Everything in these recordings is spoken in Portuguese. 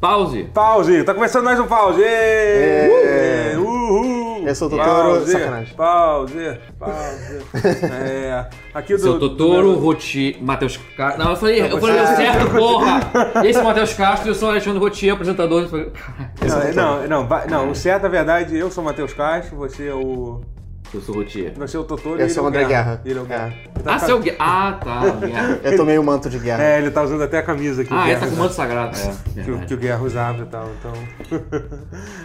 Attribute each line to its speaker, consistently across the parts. Speaker 1: Pause.
Speaker 2: Pause, tá começando mais um pause. É. Uhul.
Speaker 3: Eu sou é o Totoro,
Speaker 2: Pause,
Speaker 3: sacanagem.
Speaker 2: pause, pause. É, aqui do...
Speaker 1: Seu Totoro, Roti, Matheus Castro. Não, eu falei, eu
Speaker 2: é
Speaker 1: falei o certo, porra! Esse é o Matheus Castro e eu sou o Alexandre Rotier, apresentador.
Speaker 2: Não, não, não, vai- não, o certo, na verdade, eu sou o Matheus Castro, você é o...
Speaker 1: Eu sou o Rotier.
Speaker 2: Você é o Totoro
Speaker 3: Eu
Speaker 2: e ele é
Speaker 3: sou o André Guerra.
Speaker 2: Ele é o Guerra.
Speaker 3: É.
Speaker 2: Ele tá
Speaker 1: Ah,
Speaker 2: com a-
Speaker 1: seu Gui- Ah, tá, merda.
Speaker 3: Eu tomei o manto de guerra.
Speaker 2: É, ele tá usando até a camisa aqui.
Speaker 1: Ah,
Speaker 2: o
Speaker 1: essa
Speaker 2: Guerra
Speaker 1: tá com manto sagrado. É,
Speaker 2: que, o- que
Speaker 1: verdade.
Speaker 2: o Guerra usava e tal, então.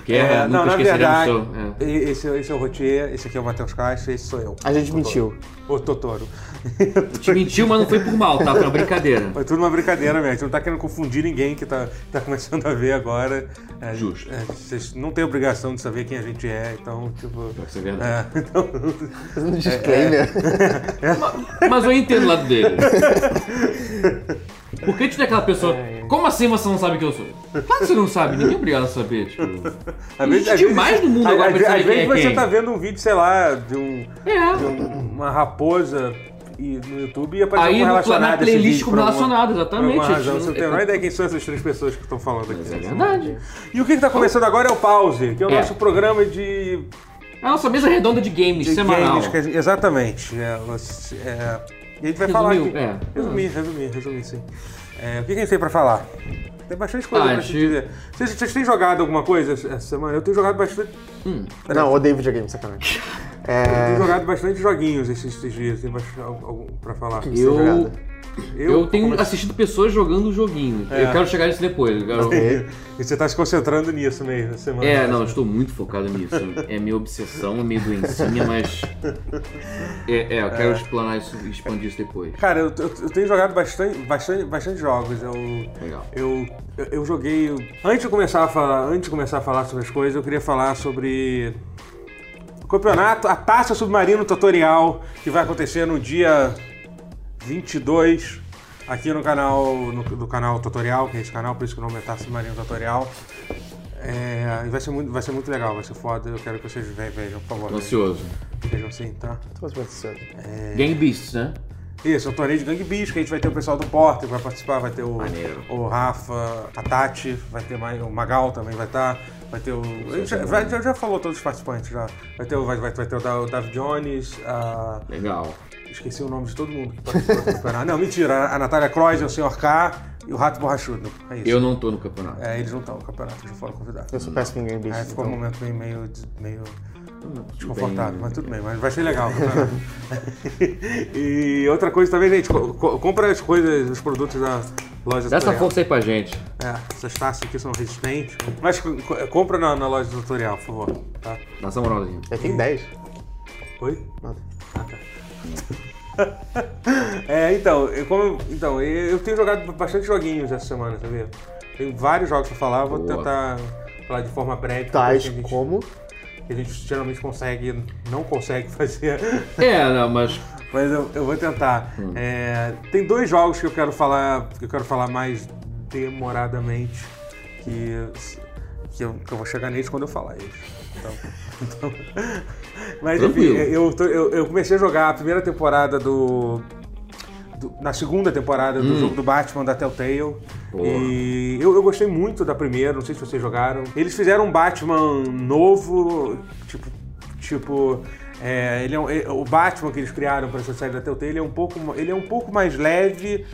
Speaker 2: É,
Speaker 1: Guerra, nunca
Speaker 2: não, na
Speaker 1: esqueceremos
Speaker 2: verdade,
Speaker 1: seu-
Speaker 2: e- esse, esse é o Rotier, esse aqui é o Matheus Castro, esse sou eu.
Speaker 3: A gente mentiu.
Speaker 2: O Totoro.
Speaker 1: Te mentiu, mas não foi por mal, tá? Foi uma brincadeira.
Speaker 2: Foi tudo uma brincadeira, mesmo. A gente não tá querendo confundir ninguém que tá, tá começando a ver agora. É,
Speaker 1: Justo.
Speaker 2: é, vocês não têm obrigação de saber quem a gente é, então, tipo.
Speaker 1: Isso é verdade.
Speaker 2: É, então,
Speaker 3: Fazendo
Speaker 2: é.
Speaker 3: disclaimer.
Speaker 1: Mas eu entendo o lado dele. Por que tiver aquela pessoa? Como assim você não sabe quem eu sou? Claro que você não sabe, ninguém é obrigado a saber, tipo.
Speaker 2: às
Speaker 1: Existe demais no mundo
Speaker 2: às-
Speaker 1: agora
Speaker 2: às-
Speaker 1: pra saber
Speaker 2: às
Speaker 1: quem
Speaker 2: vezes
Speaker 1: é
Speaker 2: você
Speaker 1: quem.
Speaker 2: tá vendo um vídeo, sei lá, de um,
Speaker 1: É.
Speaker 2: uma raposa e- no YouTube e apareceu
Speaker 1: Aí
Speaker 2: um
Speaker 1: no,
Speaker 2: relacionado
Speaker 1: na
Speaker 2: esse
Speaker 1: playlist
Speaker 2: vídeo, por alguma-
Speaker 1: correlacionada,
Speaker 2: Por
Speaker 1: exatamente.
Speaker 2: alguma razão,
Speaker 1: gente.
Speaker 2: você não tem a menor ideia quem são essas três pessoas que estão falando aqui.
Speaker 1: É verdade.
Speaker 2: E o que está começando agora é o Pause, que é o
Speaker 1: É.
Speaker 2: nosso programa de,
Speaker 1: É a nossa mesa redonda de games,
Speaker 2: de
Speaker 1: semanal.
Speaker 2: games. que a gente- exatamente. É, você- é, e a gente vai
Speaker 1: Resumiu,
Speaker 2: falar aqui.
Speaker 1: é.
Speaker 2: Resumir, resumir, resumir, sim. É, o que que a gente tem pra falar? Tem bastante coisa
Speaker 1: Ah,
Speaker 2: pra
Speaker 1: a gente-
Speaker 2: gente dizer. Vocês, vocês têm jogado alguma coisa essa semana? Eu tenho jogado bastante.
Speaker 3: Não, odeio videogame, sacanagem.
Speaker 2: Eu
Speaker 3: É.
Speaker 2: tenho jogado bastante joguinhos esses, esses dias. Tem bastante al- algum pra falar.
Speaker 3: que
Speaker 1: Eu,
Speaker 3: jogado.
Speaker 1: eu tenho assistido pessoas jogando o joguinho.
Speaker 2: É.
Speaker 1: Eu quero chegar nisso depois. eu quero-
Speaker 2: E você tá se concentrando nisso mesmo, essa semana.
Speaker 1: É, não, eu estou muito focado nisso. É minha obsessão, é meio doencinha, mas. É, é, eu quero explanar isso, expandir isso depois.
Speaker 2: Cara, eu, eu- eu tenho jogado bastante, bastante, bastante jogos. Eu,
Speaker 1: Legal.
Speaker 2: eu, eu, eu joguei. Antes de, começar a falar, antes de começar a falar sobre as coisas, eu queria falar sobre. O campeonato, a taça submarino tutorial, que vai acontecer no dia 22 aqui no canal no, do canal tutorial, que é esse canal, por isso que o nome é Taça Submarino Tutorial. É, e vai ser, muito, vai ser muito legal, vai ser foda. Eu quero que vocês ve- vejam, por favor.
Speaker 1: Tô ansioso.
Speaker 2: Vejam sim, tá?
Speaker 3: Tô bastante ansioso.
Speaker 2: É.
Speaker 1: Game Beasts, né?
Speaker 2: Isso, é um torneio de Gang Beast, que a gente vai ter o pessoal do Porto que vai participar, vai ter o,
Speaker 1: Maneiro.
Speaker 2: o Rafa, a Tati, vai ter mais, o Magal também vai estar, vai ter o... a gente já, vai- já, já falou todos os participantes, já. Vai ter o, vai, vai, vai ter o Da- o Davi Jones, a...
Speaker 1: Legal.
Speaker 2: Esqueci o nome de todo mundo que participou do campeonato. Não, mentira, a, a Natália Croix, o Sr. K e o Rato Borrachudo, é isso.
Speaker 1: Eu não tô no campeonato.
Speaker 2: É, eles não estão no campeonato, eles não foram convidados.
Speaker 3: Eu sou péssimo em Game
Speaker 2: Aí
Speaker 3: Beast.
Speaker 2: ficou um
Speaker 3: Então.
Speaker 2: momento meio, meio, des- meio desconfortável,
Speaker 1: Bem-
Speaker 2: mas tudo bem, mas vai ser legal. né? e outra coisa também, gente, co- co- compra as coisas, os produtos da loja
Speaker 1: Dá essa
Speaker 2: tutorial.
Speaker 1: força aí pra gente.
Speaker 2: É, essas taças aqui são resistentes. Mas co- co- compra na, na loja tutorial, por favor. Tá?
Speaker 1: Dá essa moralzinha.
Speaker 3: Já tem 10.
Speaker 2: Oi? Ah, tá.
Speaker 3: Nada.
Speaker 2: É, então, eu, como, então, eu eu tenho jogado bastante joguinhos essa semana, sabia? Tem vários jogos pra falar, vou
Speaker 1: Boa.
Speaker 2: tentar falar de forma breve.
Speaker 3: Tais
Speaker 2: porque a tá, gente-
Speaker 3: como.
Speaker 2: que a gente geralmente consegue, não consegue fazer,
Speaker 1: É, não, mas.
Speaker 2: mas eu, eu vou tentar. É, tem dois jogos que eu quero falar, que eu quero falar mais demoradamente, que, que, eu, que eu vou chegar neles quando eu falar eles. Então, então- mas enfim,
Speaker 1: Tranquilo.
Speaker 2: eu, tô- eu, eu comecei a jogar a primeira temporada do. do- Na segunda temporada do jogo do Batman da Telltale.
Speaker 1: Boa.
Speaker 2: E eu, eu gostei muito da primeira, não sei se vocês jogaram. Eles fizeram um Batman novo, tipo. Tipo. é, ele é um- é- o Batman que eles criaram para essa série da Telltale ele é um pouco, ma- ele é um pouco mais leve,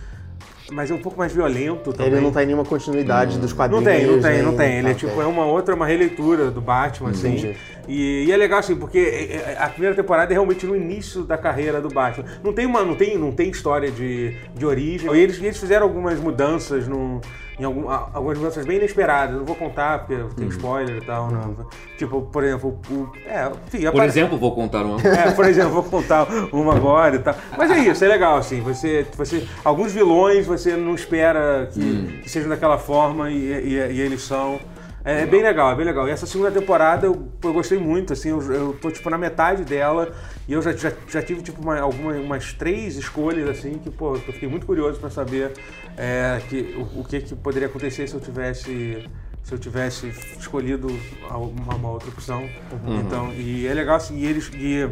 Speaker 2: mas é um pouco mais violento também.
Speaker 3: Ele não tá em nenhuma continuidade dos
Speaker 2: Não
Speaker 3: quadrinhos.
Speaker 2: tem, não tem,
Speaker 3: nem-
Speaker 2: não tem. Ele é
Speaker 3: Tá,
Speaker 2: tipo,
Speaker 3: ok.
Speaker 2: é uma outra, uma releitura do Batman, assim.
Speaker 3: Entendi.
Speaker 2: E, e é legal, assim, porque é- é- a primeira temporada é realmente no início da carreira do Batman. Não tem uma, não tem, não tem história de, de origem. E eles, eles fizeram algumas mudanças no. Em algum- a- algumas mudanças bem inesperadas. Não vou contar, porque tem spoiler e tal. Não. Tipo, por exemplo, o. É, enfim,
Speaker 1: Por
Speaker 2: apare-
Speaker 1: exemplo, vou contar uma.
Speaker 2: é, por exemplo, vou contar uma agora e tal. Mas é isso, é legal, assim. Você, você, alguns vilões você não espera que, que sejam daquela forma e, e- e eles são. É, é bem legal, é bem legal. E essa segunda temporada eu, eu gostei muito, assim, eu, eu tô tipo na metade dela e eu já, já, já tive tipo uma, alguma, umas três escolhas, assim, que pô, eu fiquei muito curioso pra saber é, que, o, o que, que poderia acontecer se eu tivesse se eu tivesse escolhido alguma- uma outra opção. Então, e é legal assim, e eles e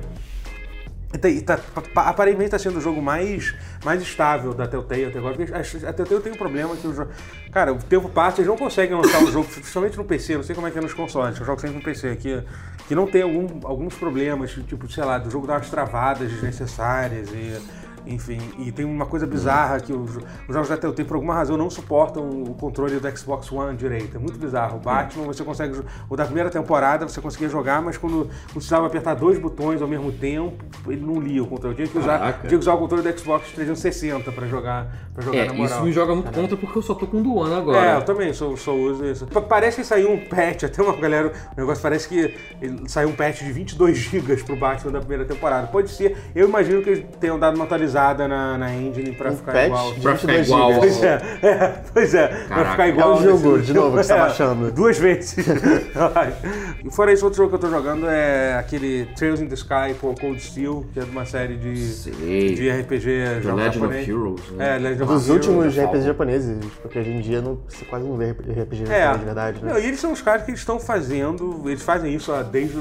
Speaker 2: Tá- e tá- pa- pa- aparentemente está sendo o jogo mais, mais estável da Telltale até agora, porque a, a Telltale tem um problema que o jogo. Cara, o tempo passa, eles não conseguem lançar um jogo, principalmente no PC, não sei como é que é nos consoles, eu jogo sempre no PC, que, que não tem algum- alguns problemas, tipo, sei lá, do jogo dar umas travadas desnecessárias e. Enfim, e tem uma coisa bizarra que os, os jogos da Telltale, por alguma razão, não suportam o controle do Xbox One direito. É muito bizarro. O Batman, você consegue. jo- O da primeira temporada você conseguia jogar, mas quando precisava apertar dois botões ao mesmo tempo, ele não lia o controle. Eu tinha que usar,
Speaker 1: Caraca.
Speaker 2: tinha que usar o controle do Xbox 360 pra jogar, pra jogar
Speaker 1: É,
Speaker 2: na
Speaker 1: isso
Speaker 2: moral.
Speaker 1: me joga muito contra porque eu só tô com o Duan
Speaker 2: É, eu
Speaker 1: agora.
Speaker 2: também sou, sou uso isso. Pa- Parece que saiu um patch, até uma galera. O negócio parece que ele- saiu um patch de 22 GB pro Batman da primeira temporada. Pode ser, eu imagino que eles tenham dado uma atualizada na, na engine pra
Speaker 3: Um
Speaker 2: ficar
Speaker 3: patch
Speaker 2: igual.
Speaker 3: de
Speaker 1: Pra ficar
Speaker 3: 22
Speaker 1: igual
Speaker 3: gigas.
Speaker 2: Pois é, é, pois é, pra
Speaker 1: Caraca.
Speaker 2: ficar igual.
Speaker 3: É o jogo,
Speaker 2: nesse-
Speaker 3: de novo, que você tá
Speaker 2: É,
Speaker 3: baixando.
Speaker 2: Duas vezes. eu acho. e fora isso, outro jogo que eu tô jogando é aquele Trails in the Sky com Cold Steel, que é de uma série de,
Speaker 1: Sei.
Speaker 2: de RPG
Speaker 1: The
Speaker 2: jogo
Speaker 1: Legend of
Speaker 2: japonês.
Speaker 1: Heroes,
Speaker 2: É,
Speaker 1: né?
Speaker 2: Legend of Heroes.
Speaker 3: Dos últimos
Speaker 1: Paulo.
Speaker 3: RPGs japoneses, porque hoje em dia não, você quase não vê RPG
Speaker 2: É.
Speaker 3: japonês de verdade,
Speaker 2: Não,
Speaker 3: né?
Speaker 2: e eles são os caras que eles estão fazendo, eles fazem isso ó, desde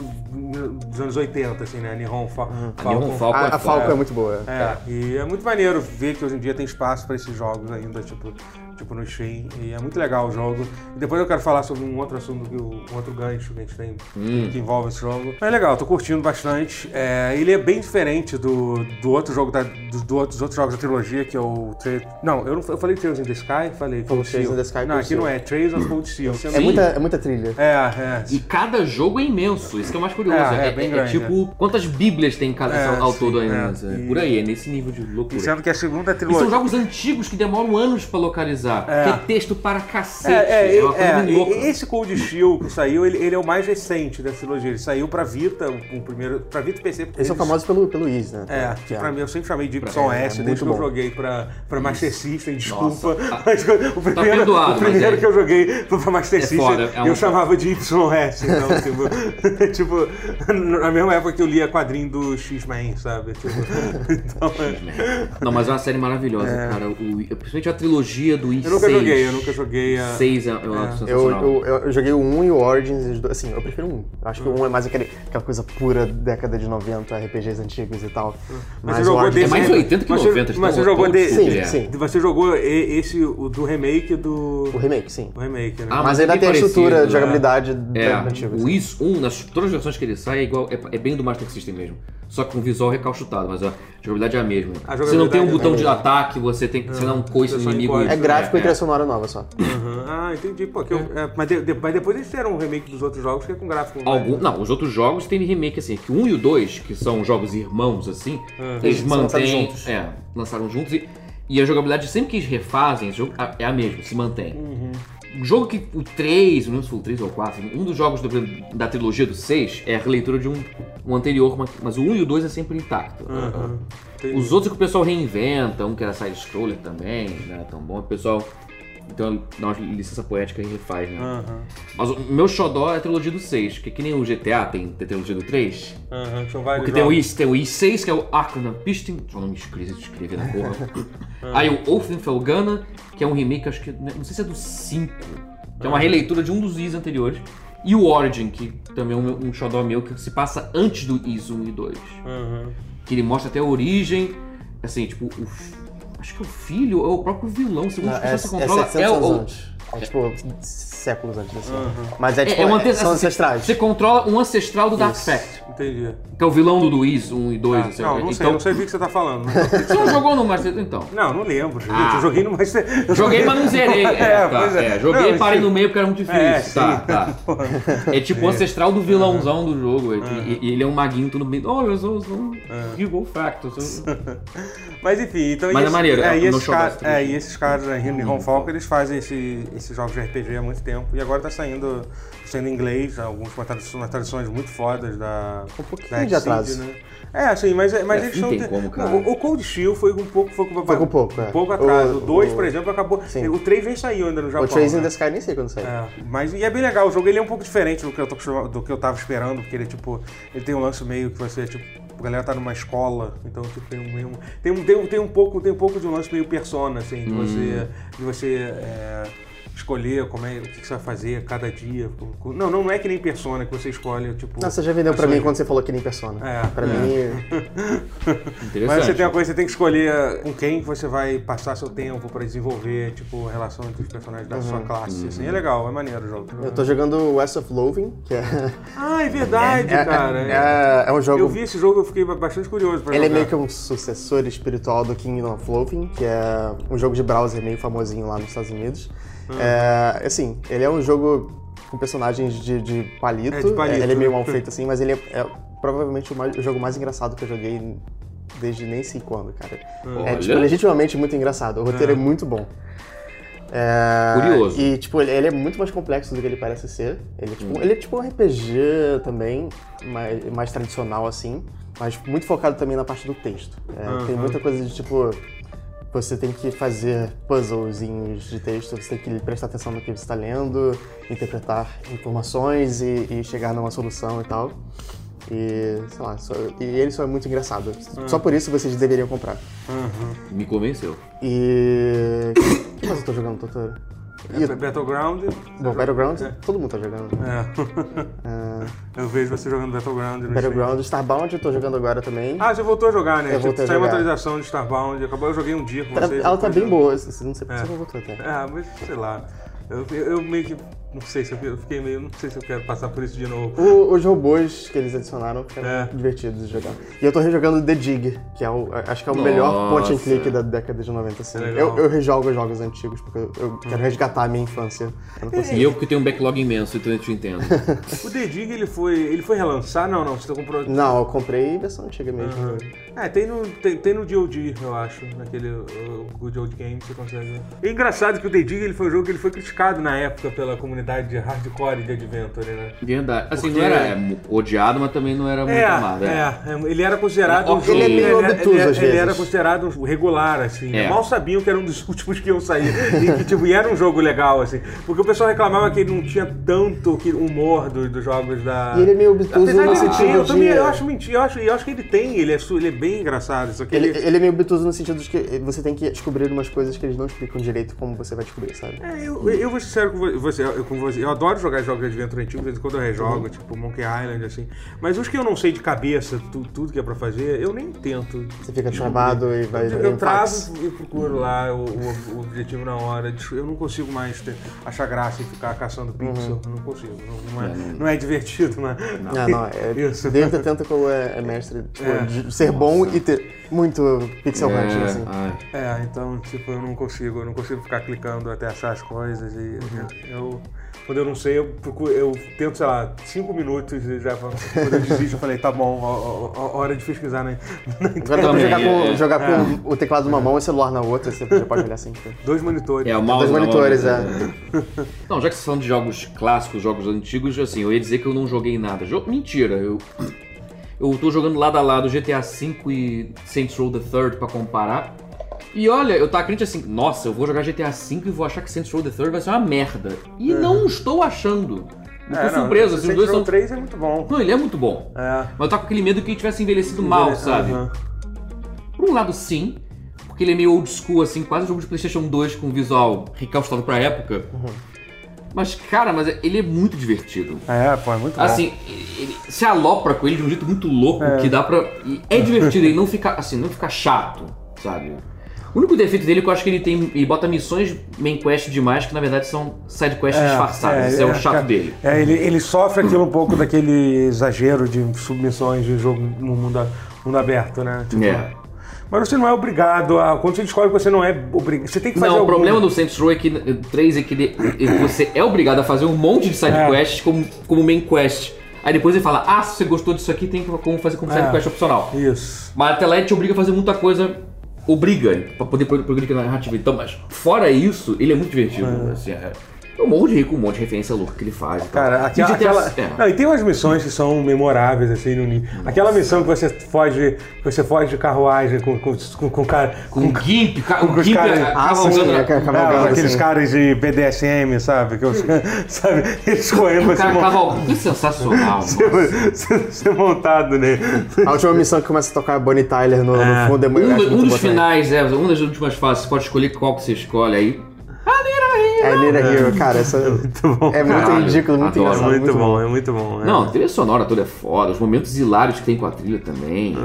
Speaker 2: os anos 80, assim, né? Nihon Fa
Speaker 3: Hum.
Speaker 1: A Nihon Falcon
Speaker 3: A,
Speaker 1: é
Speaker 3: a Falco
Speaker 1: foda.
Speaker 3: é muito boa.
Speaker 2: É, e é muito maneiro ver que hoje em dia tem espaço pra esses jogos ainda, tipo, tipo no Steam, e é muito legal o jogo. E depois eu quero falar sobre um outro assunto, que o- um outro gancho que a gente tem
Speaker 1: Hum.
Speaker 2: que envolve esse jogo. Mas é legal, tô curtindo bastante. É, ele é bem diferente do, do outro jogo, da, do, do outro- dos outros jogos da trilogia, que é o... Tra- não, eu não eu falei Trails in the Sky, falei... Cold
Speaker 3: Trails
Speaker 2: Steel.
Speaker 3: in the Sky,
Speaker 2: Não,
Speaker 3: Cold
Speaker 2: aqui não
Speaker 3: Steel.
Speaker 2: é, é Trails of Cold Steel.
Speaker 3: É, muita, é muita trilha.
Speaker 2: É, é.
Speaker 1: E cada jogo é imenso, isso que é o mais curioso.
Speaker 2: É, é bem grande,
Speaker 1: tipo, quantas bíblias tem em cada
Speaker 2: É,
Speaker 1: ao
Speaker 2: sim,
Speaker 1: todo
Speaker 2: é.
Speaker 1: ainda? sabe? Por aí, é nesse nível de
Speaker 2: E
Speaker 1: loucura.
Speaker 2: sendo que a segunda
Speaker 1: E são
Speaker 2: trilogia.
Speaker 1: jogos antigos que demoram anos pra localizar.
Speaker 2: É.
Speaker 1: Que é texto para cacete.
Speaker 2: É,
Speaker 1: É,
Speaker 2: é,
Speaker 1: uma coisa
Speaker 2: é,
Speaker 1: bem louca.
Speaker 2: e- esse Cold Steel que saiu, ele, ele é o mais recente dessa trilogia. Ele saiu pra Vita, o, o primeiro. Pra Vita e PC. porque
Speaker 3: Eles são
Speaker 1: é
Speaker 2: eles-
Speaker 3: famosos pelo, pelo Ease, né?
Speaker 2: É, que
Speaker 3: é.
Speaker 2: pra mim eu sempre chamei de Y
Speaker 3: é,
Speaker 2: S,
Speaker 3: muito
Speaker 2: desde que eu
Speaker 3: bom.
Speaker 2: joguei pra, pra Master System, desculpa.
Speaker 1: tá-
Speaker 2: mas o primeiro,
Speaker 1: perdoado,
Speaker 2: o
Speaker 1: mas
Speaker 2: primeiro
Speaker 1: é-
Speaker 2: que eu joguei foi pra Master
Speaker 1: é
Speaker 2: System,
Speaker 1: foda, é um-
Speaker 2: eu chamava de YS. Então, tipo, tipo, na mesma época que eu lia quadrinho do X-Men, sabe? Tipo, então, é-
Speaker 1: Não, mas é uma série maravilhosa, cara. O- principalmente a trilogia do I6.
Speaker 2: eu nunca joguei, eu nunca joguei a.
Speaker 1: 6 é, é, uma
Speaker 3: Eu,
Speaker 1: sensacional.
Speaker 3: eu, eu- eu joguei o 1 e o Origins, e os dois- assim, eu prefiro o 1. Eu acho que o 1 é mais aquele, aquela coisa pura década de 90, RPGs antigos e tal.
Speaker 2: Mas
Speaker 3: Mas,
Speaker 2: você
Speaker 3: o
Speaker 2: jogou
Speaker 3: Origins
Speaker 2: desse-
Speaker 1: É mais
Speaker 2: Mas
Speaker 1: 80 que
Speaker 2: você-
Speaker 1: 90.
Speaker 2: mas
Speaker 1: então,
Speaker 2: você jogou
Speaker 1: todo
Speaker 2: desse-
Speaker 1: tipo
Speaker 3: Sim,
Speaker 1: é.
Speaker 3: sim.
Speaker 2: Você jogou e- esse o do remake do.
Speaker 3: o remake, sim.
Speaker 2: O remake, né?
Speaker 1: um. Ah,
Speaker 3: Mas
Speaker 1: mas é
Speaker 3: ainda
Speaker 1: bem
Speaker 3: tem a estrutura
Speaker 1: parecido,
Speaker 3: de
Speaker 1: né?
Speaker 3: jogabilidade
Speaker 1: É,
Speaker 3: da- da antiga.
Speaker 1: o
Speaker 3: assim.
Speaker 1: Is 1, nas todas as versões que ele sai, é igual, é, é bem do Master System mesmo. Só que com visual recalchutado, mas a jogabilidade é a mesma.
Speaker 2: A
Speaker 1: Você não tem um
Speaker 2: jogabilidade é
Speaker 1: botão de
Speaker 3: mesma.
Speaker 1: ataque, você tem que você dá um coice
Speaker 2: você
Speaker 1: no
Speaker 2: só
Speaker 1: inimigo.
Speaker 2: encolhe.
Speaker 3: É gráfico
Speaker 1: é,
Speaker 3: e trilha sonora nova só.
Speaker 2: Aham. Ah, entendi. Pô, que eu- é, mas, de- de- mas depois eles fizeram um remake dos outros jogos que é com gráfico. né?
Speaker 1: Algum, não, os outros jogos tem remake assim, que o 1 e o 2, que são jogos irmãos assim, eles
Speaker 3: São lançados
Speaker 1: mantêm.
Speaker 3: juntos.
Speaker 1: É, lançaram juntos e, e a jogabilidade sempre que eles refazem, esse jogo, a- é a mesma, se mantém.
Speaker 2: Uhum.
Speaker 1: O jogo que. O 3, não sei se foi o 3 ou o 4, um dos jogos do- da trilogia do 6 é a releitura de um, um anterior, mas, mas o 1 e o 2 é sempre intacto.
Speaker 2: Aham. Entendi.
Speaker 1: Os outros que o pessoal reinventa, um que era side-scroller também, não era tão bom, o pessoal então dá uma licença poética e refaz, né?
Speaker 2: Aham.
Speaker 1: Mas o meu xodó é a trilogia do 6, que é que nem o GTA tem, tem a trilogia do 3.
Speaker 2: Aham. São vários
Speaker 1: Porque tem o,
Speaker 2: jogos.
Speaker 1: I, tem o I6, que é o Arcanum Piston, só nome escrito de escrever na porra. Aí o Olfenfelgana, que é um remake, acho que, né, não sei se é do 5, que é uma releitura de um dos Is anteriores. E o Origin, que também é um, um xodó meu, que se passa antes do Is 1 e 2.
Speaker 2: Aham.
Speaker 1: Que ele mostra até a origem, assim, tipo, o f- acho que é o filho ou o próprio vilão, segundo
Speaker 3: Não,
Speaker 1: as
Speaker 3: é, é
Speaker 1: pessoas que controla,
Speaker 3: 700
Speaker 1: é
Speaker 3: anos
Speaker 1: o...
Speaker 3: antes. É tipo séculos antes, assim. Mas é
Speaker 1: É,
Speaker 3: tipo,
Speaker 1: é um ante-
Speaker 3: são
Speaker 1: assim,
Speaker 3: ancestrais.
Speaker 1: Você controla um ancestral do Dark Fact.
Speaker 2: Entendi.
Speaker 1: Que é o vilão do Luiz 1 e 2, não sei
Speaker 2: não,
Speaker 1: o quê.
Speaker 2: não sei,
Speaker 1: então,
Speaker 2: não sei do que você tá falando. mas-
Speaker 1: Você não jogou no Master Então.
Speaker 2: Não, não lembro, gente.
Speaker 1: Ah.
Speaker 2: Eu joguei no Master. eu
Speaker 1: Joguei, mas não zerei. É, tá,
Speaker 2: pois
Speaker 1: é, Joguei
Speaker 2: Não,
Speaker 1: e parei
Speaker 2: tipo,
Speaker 1: no meio porque era muito difícil.
Speaker 2: É,
Speaker 1: tá,
Speaker 2: sim.
Speaker 1: tá. É tipo o ancestral do vilãozão do jogo. E, e- e ele é um maguinho tudo bem. Oh, eu sou, sou um evil factor. sou-
Speaker 2: Mas enfim, então.
Speaker 1: Mas
Speaker 2: e
Speaker 1: é
Speaker 2: esse-
Speaker 1: maneiro,
Speaker 2: É,
Speaker 1: eu
Speaker 2: e
Speaker 1: não
Speaker 2: esses,
Speaker 1: jogo
Speaker 2: caras,
Speaker 1: essa
Speaker 2: é,
Speaker 1: trilogia.
Speaker 2: e esses caras da Henry Ron Falco, eles fazem esse- esses jogos de RPG há muito tempo. E agora tá saindo, saindo em inglês, algumas com tradu- umas traduções muito fodas da.
Speaker 3: Um pouquinho
Speaker 2: da
Speaker 3: de
Speaker 2: Exceed,
Speaker 3: atraso.
Speaker 2: Né? É, assim, mas, mas
Speaker 1: É,
Speaker 2: eles
Speaker 1: não
Speaker 2: estão.
Speaker 1: tem
Speaker 2: te-
Speaker 1: como, cara.
Speaker 2: Não, O, o Cold Steel foi um pouco. Foi,
Speaker 3: Foi com pouco, é.
Speaker 2: Um pouco atrás. O
Speaker 3: O-
Speaker 2: 2,
Speaker 3: o-
Speaker 2: por exemplo, acabou.
Speaker 3: Sim.
Speaker 2: O 3 nem saiu ainda no Japão.
Speaker 3: O Trace in
Speaker 2: né?
Speaker 3: the Sky nem sei quando saiu.
Speaker 2: É, mas e é bem legal, o jogo ele é um pouco diferente do que eu, tô acostumado- do que eu tava esperando, porque ele é tipo. Ele tem um lance meio que você, tipo, a galera tá numa escola, então tipo, tem um meio.
Speaker 3: Hum.
Speaker 2: Tem um, tem, um, tem um pouco, tem um pouco de um lance meio persona, assim, de você. De você é, escolher como é, o que que você vai fazer cada dia. Não, não é que nem persona que você escolhe, tipo.
Speaker 3: Não, você já vendeu pra
Speaker 2: Persona.
Speaker 3: mim quando você falou que nem Persona.
Speaker 2: É.
Speaker 3: Pra
Speaker 1: É.
Speaker 3: mim,
Speaker 1: Interessante.
Speaker 2: Mas você tem uma coisa, você tem que escolher com quem você vai passar seu tempo pra desenvolver, tipo, a relação entre os personagens da sua classe. Assim, é legal, é maneiro o jogo.
Speaker 3: Uhum. eu tô jogando West of Loathing, que é...
Speaker 2: Ah, é verdade,
Speaker 3: é,
Speaker 2: cara.
Speaker 3: é, é um jogo...
Speaker 2: Eu vi esse jogo e eu fiquei bastante curioso pra
Speaker 3: Ele é
Speaker 2: jogar.
Speaker 3: meio que um sucessor espiritual do Kingdom of Loathing, que é um jogo de browser meio famosinho lá nos Estados Unidos.
Speaker 2: Hum.
Speaker 3: É, assim, ele é um jogo com personagens de, de palito.
Speaker 2: É, de palito.
Speaker 3: Ele é meio mal feito assim, mas ele é, é provavelmente o, mais- o jogo mais engraçado que eu joguei desde nem sei quando, cara. É, tipo,
Speaker 1: Olha.
Speaker 3: legitimamente muito engraçado. O roteiro é, muito bom. É,
Speaker 1: Curioso.
Speaker 3: E, tipo, ele, ele é muito mais complexo do que ele parece ser. Ele, é tipo, ele é tipo um RPG também, mais, mais tradicional, assim. Mas muito focado também na parte do texto. É, Tem muita coisa de, tipo... Você tem que fazer puzzlezinhos de texto, você tem que prestar atenção no que você está lendo, interpretar informações e, e chegar numa solução e tal. E, sei lá, só- e ele só é muito engraçado. Só por isso vocês deveriam comprar.
Speaker 1: Me convenceu.
Speaker 3: E. O que mais eu tô jogando, doutor? E...
Speaker 2: É Battleground.
Speaker 3: Bom, Battleground, todo mundo tá jogando. né?
Speaker 2: É.
Speaker 3: Ah,
Speaker 2: eu vejo você jogando Battleground. não sei.
Speaker 3: Battleground, Starbound eu tô jogando agora também.
Speaker 2: Ah, você voltou a jogar, né?
Speaker 3: Eu voltei a
Speaker 2: saiu uma
Speaker 3: jogar.
Speaker 2: atualização de Starbound. Acabou, eu joguei um dia com
Speaker 3: Tá-
Speaker 2: vocês.
Speaker 3: ela tá
Speaker 2: depois
Speaker 3: bem
Speaker 2: eu-
Speaker 3: boa, assim, não sei por que
Speaker 2: É.
Speaker 3: você não voltou até.
Speaker 2: Ah, mas sei lá. Eu, eu, eu meio que. Não sei se eu, eu fiquei meio. Não sei se eu quero passar por isso de novo.
Speaker 3: O- os robôs que eles adicionaram ficaram
Speaker 2: É.
Speaker 3: divertidos de jogar. E eu tô rejogando The Dig, que é o, acho que é o
Speaker 1: Nossa.
Speaker 3: melhor point and click da década de 90, assim.
Speaker 2: É legal. Uhum.
Speaker 3: eu, eu rejogo os jogos antigos, porque eu, eu quero resgatar a minha infância. Eu não consigo.
Speaker 1: E eu porque tenho um backlog imenso, então eu te entendo.
Speaker 2: O The Dig, ele foi. Ele foi relançar? Não, não. Você comprou.
Speaker 3: Não, eu comprei versão antiga mesmo.
Speaker 2: É, tem no, tem, tem no DOD, eu acho, naquele uh, Good Old Game, você consegue. É engraçado que o The Dig, ele foi um jogo que ele foi criticado na época pela comunidade de hardcore de Adventure, né?
Speaker 1: Verdade. Assim,
Speaker 2: Porque-
Speaker 1: não era mu- odiado, mas também não era muito
Speaker 2: É,
Speaker 1: amado. é.
Speaker 2: é, é, ele era considerado um
Speaker 1: Ok.
Speaker 2: jogo.
Speaker 1: Ele é
Speaker 3: meio
Speaker 2: era-
Speaker 3: obtuso,
Speaker 2: era-
Speaker 3: às
Speaker 2: ele
Speaker 3: vezes.
Speaker 2: era considerado um regular, assim. né?
Speaker 1: É.
Speaker 2: Mal sabiam que era um dos últimos que iam sair. e, que, tipo, e era um jogo legal, assim. Porque o pessoal reclamava que ele não tinha tanto que- humor do- dos jogos da.
Speaker 3: E ele é meio obtuso
Speaker 2: Apesar
Speaker 3: no
Speaker 2: dele ter, eu
Speaker 3: sentido
Speaker 2: também
Speaker 3: de...
Speaker 2: eu acho mentira, eu acho, eu acho que ele tem, ele é, su- ele é bem engraçado, só que
Speaker 3: Ele,
Speaker 2: ele-
Speaker 3: ele é meio obtuso no sentido de que você tem que descobrir umas coisas que eles não explicam direito como você vai descobrir, sabe?
Speaker 2: É, eu, eu vou ser sério com vo- você, eu, com você. Eu adoro jogar jogos de adventure antigo, de vez em quando eu rejogo, tipo Monkey Island, assim. Mas os que eu não sei de cabeça, tu- tudo que é pra fazer, eu nem tento.
Speaker 3: Você fica travado e vai...
Speaker 2: Eu,
Speaker 3: vai em
Speaker 2: eu
Speaker 3: fax.
Speaker 2: travo e procuro lá o, o- o objetivo na hora. Tipo, Eu não consigo mais ter- achar graça e ficar caçando pixel. Eu Não consigo. Não, não é, não é divertido, né?
Speaker 3: Uhum. Não, não, é,
Speaker 2: Isso.
Speaker 3: Dentro Tentacle é, é mestre tipo,
Speaker 2: É.
Speaker 3: de ser bom e ter muito pixel
Speaker 1: É,
Speaker 3: hunting, assim.
Speaker 1: ai.
Speaker 2: É, então, tipo, eu não consigo, eu não consigo ficar clicando até achar as coisas e eu. Quando eu não sei, eu, procuro, eu tento, sei lá, cinco minutos e já falo- quando eu desisto, eu falei, tá bom, ó, ó, ó, hora de pesquisar, né?
Speaker 3: Agora dá pra
Speaker 1: Também,
Speaker 3: jogar, com,
Speaker 1: é.
Speaker 3: jogar com o teclado numa mão e o celular na outra, você já pode olhar assim. tipo.
Speaker 2: Dois monitores.
Speaker 1: É, o mouse
Speaker 3: Dois
Speaker 1: na mão,
Speaker 3: monitores,
Speaker 1: né? Não, já que vocês falam de jogos clássicos, jogos antigos, assim, eu ia dizer que eu não joguei nada. Jo- Mentira, eu. Eu tô jogando lado a lado GTA V e Saints Row the Third pra comparar. E olha, eu tava crente assim, nossa, eu vou jogar GTA V e vou achar que Saints Row the Third vai ser uma merda.
Speaker 2: É.
Speaker 1: E não estou achando. Não tô surpreso, assim, os dois são...
Speaker 2: 3 é muito bom.
Speaker 1: Não, ele é muito bom.
Speaker 2: É. Uhum.
Speaker 1: Mas eu tava com aquele medo que ele tivesse envelhecido mal, sabe?
Speaker 2: Aham.
Speaker 1: Por um lado, sim, porque ele é meio old school, assim, quase jogo de PlayStation 2 com visual recalcitrado pra época. Mas, cara, mas ele é muito divertido.
Speaker 2: É, pô, é muito bom.
Speaker 1: Assim, ele, ele se alopra com ele de um jeito muito louco que dá pra. e É divertido, ele não fica, assim, não fica chato, sabe? O único defeito dele é que eu acho que ele tem. Ele bota missões main quest demais, que na verdade são side quests disfarçadas. Isso é, o chato
Speaker 2: cara,
Speaker 1: dele.
Speaker 2: É, ele, ele sofre aquilo um pouco daquele exagero de submissões de jogo no mundo, a- mundo aberto, né? Tipo,
Speaker 1: É.
Speaker 2: Mas você não é obrigado a. Quando você descobre que você não é obrigado. Você tem que fazer
Speaker 1: Não, o
Speaker 2: algum-
Speaker 1: problema do Saints Row é que 3 é que ele- ele- você é obrigado a fazer um monte de side
Speaker 2: É.
Speaker 1: quests como, como main quest. Aí depois ele fala: "Ah, se você gostou disso aqui, tem como fazer como side
Speaker 2: É.
Speaker 1: quest opcional".
Speaker 2: Isso.
Speaker 1: Mas até lá ele te obriga a fazer muita coisa obriga pra poder pro- progredir na narrativa. Então, mas fora isso, ele é muito divertido, assim, é. Eu morro de rir com um monte de referência louca que ele faz. e tal.
Speaker 2: Cara, aquela.
Speaker 1: E de ter
Speaker 2: aquela-
Speaker 1: as- é.
Speaker 2: Não, e tem umas missões que são memoráveis, assim, no nível. Aquela missão que você foge. Que você foge de carruagem com, com, com, com cara.
Speaker 1: Com o Gimp, ca-
Speaker 2: com
Speaker 1: o
Speaker 2: os
Speaker 1: Gimp
Speaker 2: caras-
Speaker 1: é-
Speaker 3: Ah,
Speaker 1: cavalgando
Speaker 3: sim,
Speaker 1: na-
Speaker 3: é, cara,
Speaker 2: Não,
Speaker 3: cavalgando,
Speaker 2: aqueles
Speaker 3: assim.
Speaker 2: caras de BDSM, sabe? Que os, sabe? Eles correndo pra
Speaker 1: o
Speaker 2: se
Speaker 1: cara
Speaker 2: mon-
Speaker 1: cavalgando. Que sensacional, mano.
Speaker 2: ser, ser montado nele.
Speaker 3: é. A última missão que começa a tocar é Bonnie Tyler no, no fundo é muito,
Speaker 1: Um,
Speaker 3: eu acho
Speaker 1: do-
Speaker 3: muito
Speaker 1: um
Speaker 3: bom
Speaker 1: dos
Speaker 3: também.
Speaker 1: finais, é, uma das últimas fases, você pode escolher qual que você escolhe aí.
Speaker 3: I Need a Hero, cara, essa
Speaker 2: Muito bom.
Speaker 3: é muito
Speaker 1: Caralho,
Speaker 3: ridículo, muito
Speaker 1: adoro.
Speaker 2: É
Speaker 1: Nossa,
Speaker 3: engraçado.
Speaker 2: muito bom, é muito bom. é.
Speaker 1: Não, a trilha sonora toda é foda, os momentos hilários que tem com a trilha também.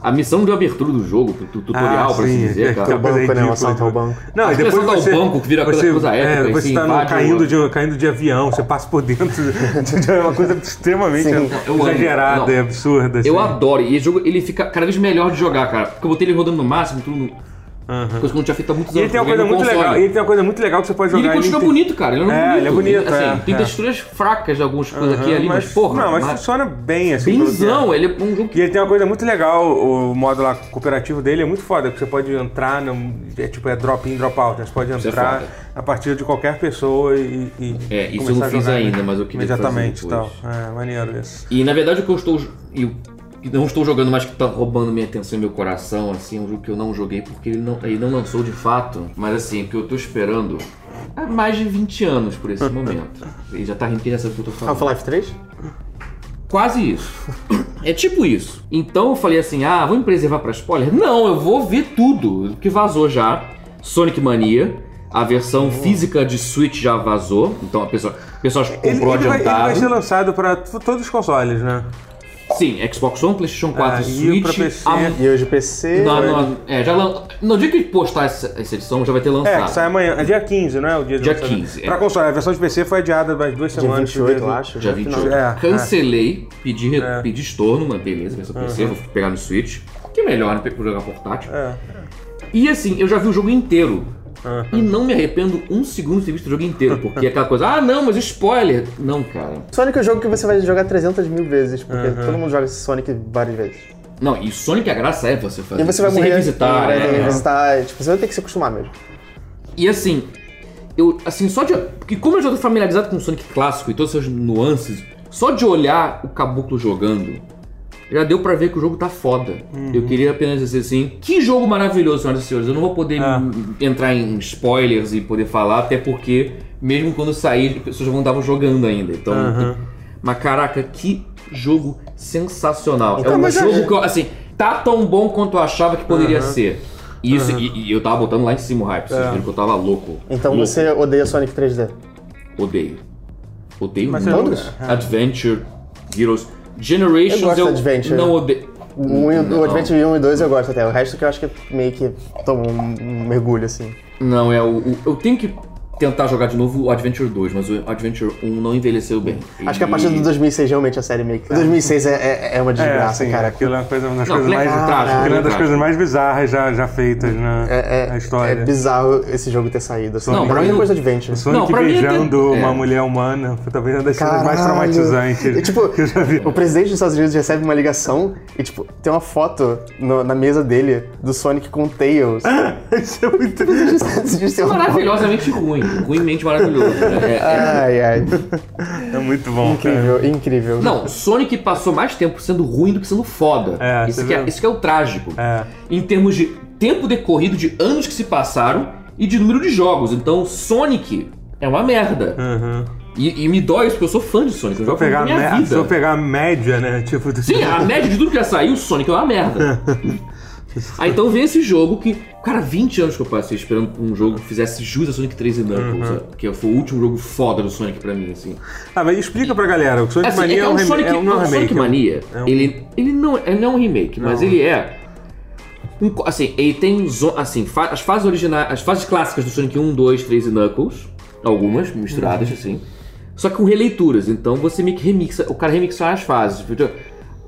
Speaker 1: A missão de abertura do jogo, do tutorial,
Speaker 2: Uhum. Ah,
Speaker 1: pra se
Speaker 2: sim,
Speaker 1: assim dizer,
Speaker 2: é,
Speaker 1: cara.
Speaker 2: que é
Speaker 3: O banco,
Speaker 2: coisa
Speaker 3: né? O
Speaker 2: ridícula.
Speaker 3: assalto ao banco.
Speaker 2: Não,
Speaker 1: A
Speaker 2: e depois
Speaker 1: direção dá o
Speaker 2: você,
Speaker 1: banco, vira assim, aquela
Speaker 2: você,
Speaker 1: coisa épica,
Speaker 2: É,
Speaker 1: e
Speaker 2: você
Speaker 1: se
Speaker 2: tá no-
Speaker 1: invade o-
Speaker 2: caindo, de, caindo de avião, você passa por dentro. de- é uma coisa extremamente
Speaker 3: Sim.
Speaker 1: Eu amo.
Speaker 2: exagerada
Speaker 1: Não.
Speaker 2: e absurda. assim.
Speaker 1: Eu adoro. E o jogo ele fica cada vez melhor de jogar, cara. Porque eu botei ele rodando no máximo, tudo. no- Coisa que eu não tinha feito há muitos
Speaker 2: Uhum. E
Speaker 1: anos.
Speaker 2: ele tem uma
Speaker 1: eu
Speaker 2: coisa
Speaker 1: joguei no
Speaker 2: muito
Speaker 1: console.
Speaker 2: legal. e Ele tem uma coisa muito legal que você pode
Speaker 1: E
Speaker 2: jogar.
Speaker 1: ele continua
Speaker 2: tem-
Speaker 1: bonito, cara. Ele é um
Speaker 2: É, ele é bonito,
Speaker 1: assim,
Speaker 2: é,
Speaker 1: Tem
Speaker 2: é.
Speaker 1: texturas fracas de algumas coisas aqui e
Speaker 2: Aham,
Speaker 1: ali, mas, porra.
Speaker 2: Não, mas, funciona bem assim. pelo que é.
Speaker 1: Benzão, ele é um jogo que.
Speaker 2: E ele tem uma coisa muito legal, o modo lá cooperativo dele é muito foda, porque você pode entrar, no, é tipo, é drop-in, drop-out, né? Você pode
Speaker 1: é
Speaker 2: entrar
Speaker 1: foda.
Speaker 2: a partir de qualquer pessoa e, e
Speaker 1: É, isso eu
Speaker 2: começar
Speaker 1: não
Speaker 2: a
Speaker 1: fiz
Speaker 2: jogar né?
Speaker 1: ainda, mas eu queria fazer
Speaker 2: Imediatamente,
Speaker 1: depois.
Speaker 2: tal. É, maneiro isso.
Speaker 1: E na verdade o que eu estou. e o que não estou jogando, mas que tá roubando minha atenção e meu coração, assim, é um jogo que eu não joguei porque ele não, ele não lançou de fato. Mas assim, o que eu tô esperando há mais de 20 anos por esse momento. Ele já tá rindo porque já sabe o que eu tô
Speaker 2: Ah,
Speaker 1: falando.
Speaker 3: Half-Life 3?
Speaker 1: Quase isso. É tipo isso. Então eu falei assim: ah, vou me preservar pra spoiler? Não, eu vou ver tudo que vazou já. Sonic Mania, a versão física de Switch já vazou. Então a pessoa, o pessoal
Speaker 2: Ele,
Speaker 1: comprou
Speaker 2: ele vai, ele
Speaker 1: adiantado.
Speaker 2: vai ser lançado pra t- todos os consoles, né?
Speaker 1: Sim, Xbox One, PlayStation 4
Speaker 2: Ah,
Speaker 1: e
Speaker 2: e
Speaker 1: Switch.
Speaker 2: pra é PC?
Speaker 1: a-
Speaker 3: E hoje PC.
Speaker 1: Não,
Speaker 3: né?
Speaker 1: não, é, já lan... No dia que postar essa, essa edição, já vai ter
Speaker 2: É,
Speaker 1: lançado.
Speaker 2: sai amanhã, é dia 15, né? O dia de
Speaker 1: Ah. Dia
Speaker 2: lançamento.
Speaker 1: 15, é.
Speaker 2: Pra console, a versão de PC foi adiada mais duas
Speaker 3: Dia
Speaker 2: semanas.
Speaker 3: 28, eu
Speaker 2: do-
Speaker 3: acho.
Speaker 1: Dia
Speaker 3: né?
Speaker 1: 28.
Speaker 2: É, é.
Speaker 1: Cancelei, pedi, re- pedi estorno, mas beleza, versão PC, vou pegar no Switch. Que é melhor, né? Pra jogar portátil.
Speaker 2: É.
Speaker 1: E assim, eu já vi o jogo inteiro. E não me arrependo um segundo de ter visto o jogo inteiro, porque é aquela coisa, ah não, mas spoiler! Não, cara.
Speaker 3: Sonic é o jogo que você vai jogar 300 mil vezes, porque todo mundo joga esse Sonic várias vezes.
Speaker 1: Não, e Sonic a graça é você fazer.
Speaker 3: E você vai morrer,
Speaker 1: revisitar,
Speaker 3: vai
Speaker 1: né?
Speaker 3: revisitar, tipo, você vai ter que se acostumar mesmo.
Speaker 1: E assim, eu assim, só de. E como eu já tô familiarizado com o Sonic clássico e todas essas nuances, só de olhar o caboclo jogando, já deu pra ver que o jogo tá foda. Eu queria apenas dizer assim, que jogo maravilhoso, senhoras e senhores. Eu não vou poder
Speaker 2: Ah.
Speaker 1: m- entrar em spoilers e poder falar, até porque mesmo quando sair, as pessoas não estavam jogando ainda. Então. Mas caraca, que jogo sensacional.
Speaker 3: Então,
Speaker 1: é um
Speaker 3: mas
Speaker 1: jogo
Speaker 3: é-
Speaker 1: que eu, assim, tá tão bom quanto eu achava que poderia ser. E, isso, e, e eu tava botando lá em cima o hype, vocês viram que eu tava louco.
Speaker 3: Então
Speaker 1: louco.
Speaker 3: você odeia Sonic 3D.
Speaker 1: Odeio. Odeio
Speaker 2: Mas
Speaker 1: muito.
Speaker 3: é
Speaker 2: você não-
Speaker 1: Adventure, Heroes, Generations
Speaker 3: Eu gosto de Adventure.
Speaker 1: não odeio.
Speaker 3: O, um e o-
Speaker 1: Não.
Speaker 3: o Adventure 1 e 2 eu gosto até, o resto que eu acho que meio que toma um, um mergulho, assim.
Speaker 1: Não, é o, o- Eu tenho que tentar jogar de novo o Adventure 2, mas o Adventure 1 não envelheceu bem.
Speaker 3: Acho que a
Speaker 1: Ele-
Speaker 3: partir do 2006 realmente a série meio que... 2006 é, é, é uma
Speaker 2: É,
Speaker 3: desgraça,
Speaker 2: sim,
Speaker 3: cara.
Speaker 2: aquilo é uma coisa, uma das
Speaker 1: Não,
Speaker 2: coisas mais...
Speaker 1: Black Trash,
Speaker 2: aquilo é uma
Speaker 1: Black
Speaker 2: das
Speaker 1: Trash.
Speaker 2: coisas mais bizarras já, já feitas na,
Speaker 3: É,
Speaker 2: na
Speaker 3: é,
Speaker 2: história.
Speaker 3: é bizarro esse jogo ter saído. Assim.
Speaker 1: Não,
Speaker 3: Não,
Speaker 1: pra
Speaker 3: pra
Speaker 1: mim-
Speaker 3: depois do Adventure.
Speaker 1: Não,
Speaker 2: Sonic
Speaker 1: pra mim é
Speaker 2: beijando
Speaker 1: de-
Speaker 2: uma
Speaker 1: é.
Speaker 2: mulher humana foi talvez uma das coisas mais
Speaker 3: Caralho.
Speaker 2: traumatizantes
Speaker 3: E, tipo,
Speaker 2: que eu já vi.
Speaker 3: o presidente dos Estados Unidos recebe uma ligação e, tipo, tem uma foto no- na mesa dele do Sonic com o Tails. é
Speaker 2: Isso é muito...
Speaker 3: Os Estados Unidos têm uma
Speaker 1: Maravilhosamente ruim. Ruimmente maravilhoso. né? É- é-
Speaker 3: Ai, ai.
Speaker 2: É muito bom, cara.
Speaker 3: Incrível, incrível.
Speaker 1: Não, Sonic passou mais tempo sendo ruim do que sendo foda.
Speaker 2: É,
Speaker 1: isso,
Speaker 2: você
Speaker 1: que é,
Speaker 2: viu?
Speaker 1: isso que é o trágico.
Speaker 2: É.
Speaker 1: Em termos de tempo decorrido, de anos que se passaram e de número de jogos. Então, Sonic é uma merda.
Speaker 2: Uhum.
Speaker 1: E, e me dói isso, porque eu sou fã de Sonic. Eu
Speaker 2: Vou
Speaker 1: jogo
Speaker 2: pegar,
Speaker 1: pegar
Speaker 2: a
Speaker 1: minha
Speaker 2: me- se
Speaker 1: vida.
Speaker 2: eu pegar a média, né? Tipo, do-
Speaker 1: Sim, a média de tudo que já saiu, Sonic é uma merda. Aí então vem esse jogo que. Cara, 20 anos que eu passei esperando por um jogo que fizesse jus a Sonic 3 e Knuckles,
Speaker 2: Uhum.
Speaker 1: né? que foi o último jogo foda do Sonic pra mim, assim.
Speaker 2: Ah, mas explica pra galera. O
Speaker 1: É,
Speaker 2: Sonic
Speaker 1: assim,
Speaker 2: Mania
Speaker 1: é,
Speaker 2: é,
Speaker 1: que é
Speaker 2: um
Speaker 1: um
Speaker 2: rem-
Speaker 1: Sonic,
Speaker 2: é um não
Speaker 1: o Sonic
Speaker 2: remake.
Speaker 1: Mania,
Speaker 2: É um-
Speaker 1: ele, ele não ele não é um remake, mas ele é um co- assim, ele tem zo- assim, fa- as fases originais, as fases clássicas do Sonic 1, 2, 3 e Knuckles, algumas misturadas
Speaker 2: Uhum.
Speaker 1: assim. Só que com releituras, então você meio que remixa, o cara remixa as fases. entendeu?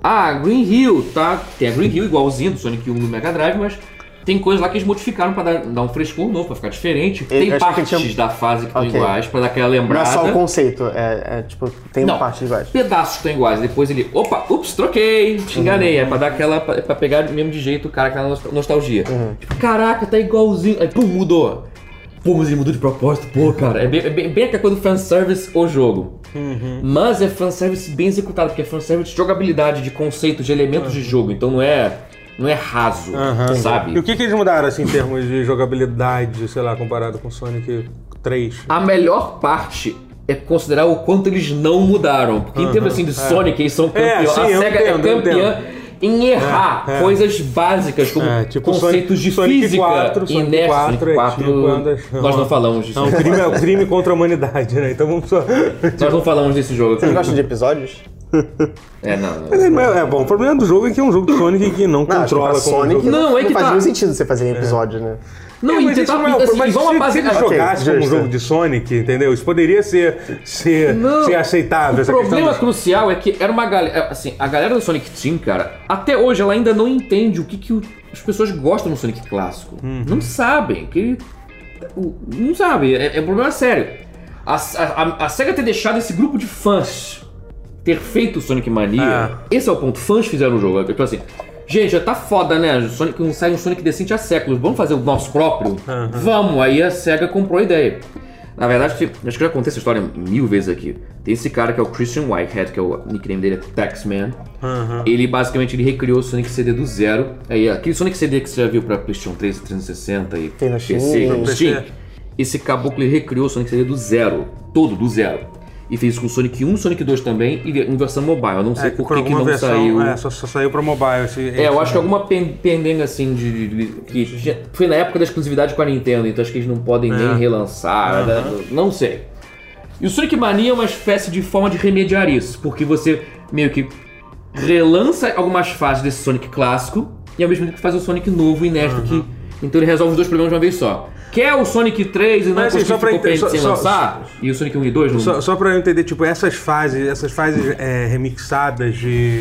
Speaker 1: Ah, Green Hill, tá? Tem a Green Hill igualzinho do Sonic 1 no Mega Drive, mas tem coisas lá que eles modificaram pra dar, dar um frescor novo, pra ficar diferente.
Speaker 3: Eu
Speaker 1: Tem
Speaker 3: acho que
Speaker 1: partes
Speaker 3: tinha-
Speaker 1: da fase que estão
Speaker 3: Ok.
Speaker 1: iguais, pra dar aquela lembrada.
Speaker 3: Não é só o conceito, é, é, tipo, tem uma parte iguais.
Speaker 1: Pedaços estão iguais. Depois ele, opa, ups, troquei, te enganei. É pra dar aquela. pra pra pegar mesmo de jeito o cara, aquela nos- nostalgia.
Speaker 3: Uhum.
Speaker 1: Tipo, caraca, tá igualzinho. Aí, pum, mudou. Pô, mas ele mudou de propósito, pô, cara. É bem, é bem, bem aquela coisa do fanservice o jogo.
Speaker 3: Uhum.
Speaker 1: Mas é fanservice bem executado, porque é fanservice de jogabilidade, de conceito, de elementos
Speaker 3: Uhum.
Speaker 1: de jogo. Então não é. Não é raso,
Speaker 2: Aham.
Speaker 1: sabe?
Speaker 2: E o que, que eles mudaram, assim, em termos de jogabilidade, sei lá, comparado com Sonic 3?
Speaker 1: A melhor parte é considerar o quanto eles não mudaram. Porque em termos assim de Sonic, eles são campeões.
Speaker 2: É. sim,
Speaker 1: a
Speaker 2: eu
Speaker 1: SEGA
Speaker 2: entendo,
Speaker 1: é
Speaker 2: eu
Speaker 1: campeã.
Speaker 2: entendo.
Speaker 1: em errar
Speaker 2: É, é.
Speaker 1: coisas básicas, como
Speaker 2: É, tipo
Speaker 1: conceitos
Speaker 2: Sonic-
Speaker 1: de
Speaker 2: Sonic
Speaker 1: física
Speaker 2: 4,
Speaker 1: e
Speaker 2: Sonic
Speaker 1: inércia.
Speaker 2: 4 é tipo andas-
Speaker 1: nós não falamos disso.
Speaker 2: Não, o crime é o crime contra a humanidade, né? Então vamos só.
Speaker 1: Nós não falamos desse jogo.
Speaker 3: Vocês gostam de episódios?
Speaker 1: É, não. não.
Speaker 2: É, mas é bom, o problema do jogo é que é um jogo do Sonic que não,
Speaker 3: Não, acho que
Speaker 2: controla
Speaker 3: pra
Speaker 2: como
Speaker 3: Sonic
Speaker 2: jogo.
Speaker 1: Não, é que
Speaker 3: faz
Speaker 1: tá. Tipo,
Speaker 3: nenhum sentido você fazer em episódio, né?
Speaker 1: Não,
Speaker 2: É,
Speaker 1: e
Speaker 2: mas isso
Speaker 1: tentar
Speaker 2: não é o
Speaker 1: assim,
Speaker 2: problema.
Speaker 1: vamos
Speaker 2: se, se
Speaker 1: apagar.
Speaker 2: ele jogasse
Speaker 3: Ok,
Speaker 2: como um
Speaker 3: justo.
Speaker 2: jogo de Sonic, entendeu? Isso poderia ser, ser,
Speaker 1: Não.
Speaker 2: ser aceitável.
Speaker 1: O
Speaker 2: essa
Speaker 1: problema
Speaker 2: questão
Speaker 1: crucial é que era uma galera. Assim, a galera do Sonic Team, cara, até hoje ela ainda não entende o que, que o- as pessoas gostam no Sonic clássico.
Speaker 2: Uhum.
Speaker 1: Não sabem. Que, o- não sabe. É, é um problema sério. A, a- a- a SEGA ter deixado esse grupo de fãs ter feito o Sonic
Speaker 2: Ah.
Speaker 1: Mania. Esse é o ponto. Fãs fizeram o jogo. Então assim. Gente, já tá foda, né? O Sonic, não sai um Sonic decente há séculos. Vamos fazer o nosso próprio? Vamos. Aí a SEGA comprou a ideia. Na verdade, acho que- acho que eu já contei essa história mil vezes aqui. Tem esse cara que é o Christian Whitehead, que é o nickname dele é Taxman. Ele basicamente ele recriou o Sonic CD do zero. Aí aquele Sonic CD que você já viu pra PlayStation 3, 360 e
Speaker 3: Tem na
Speaker 1: PC,
Speaker 3: Steam.
Speaker 1: no Steam. Esse caboclo ele recriou o Sonic CD do zero, todo do zero. E fez com o Sonic 1, Sonic 2 também e em versão mobile. Eu não sei
Speaker 2: É,
Speaker 1: por
Speaker 2: por
Speaker 1: que, que
Speaker 2: alguma
Speaker 1: não
Speaker 2: versão,
Speaker 1: saiu.
Speaker 2: é, só, só saiu pra mobile. Esse,
Speaker 1: É, eu acho que alguma pen- pendenga assim de, de- de- que já- foi na época da exclusividade com a Nintendo, então acho que eles não
Speaker 2: É.
Speaker 1: podem nem relançar, né? não sei. E o Sonic Mania é uma espécie de forma de remediar isso, porque você meio que relança algumas fases desse Sonic clássico e ao mesmo tempo faz o Sonic novo e inédito que então ele resolve os dois problemas de uma vez só. Quer o Sonic 3 e não
Speaker 2: Mas, assim,
Speaker 1: conseguiu
Speaker 2: só pra
Speaker 1: ficou pendente
Speaker 2: ente- só-
Speaker 1: sem
Speaker 2: só-
Speaker 1: lançar e o Sonic 1 e 2 não
Speaker 2: Só, só pra eu entender, tipo, essas fases, essas fases é, remixadas de,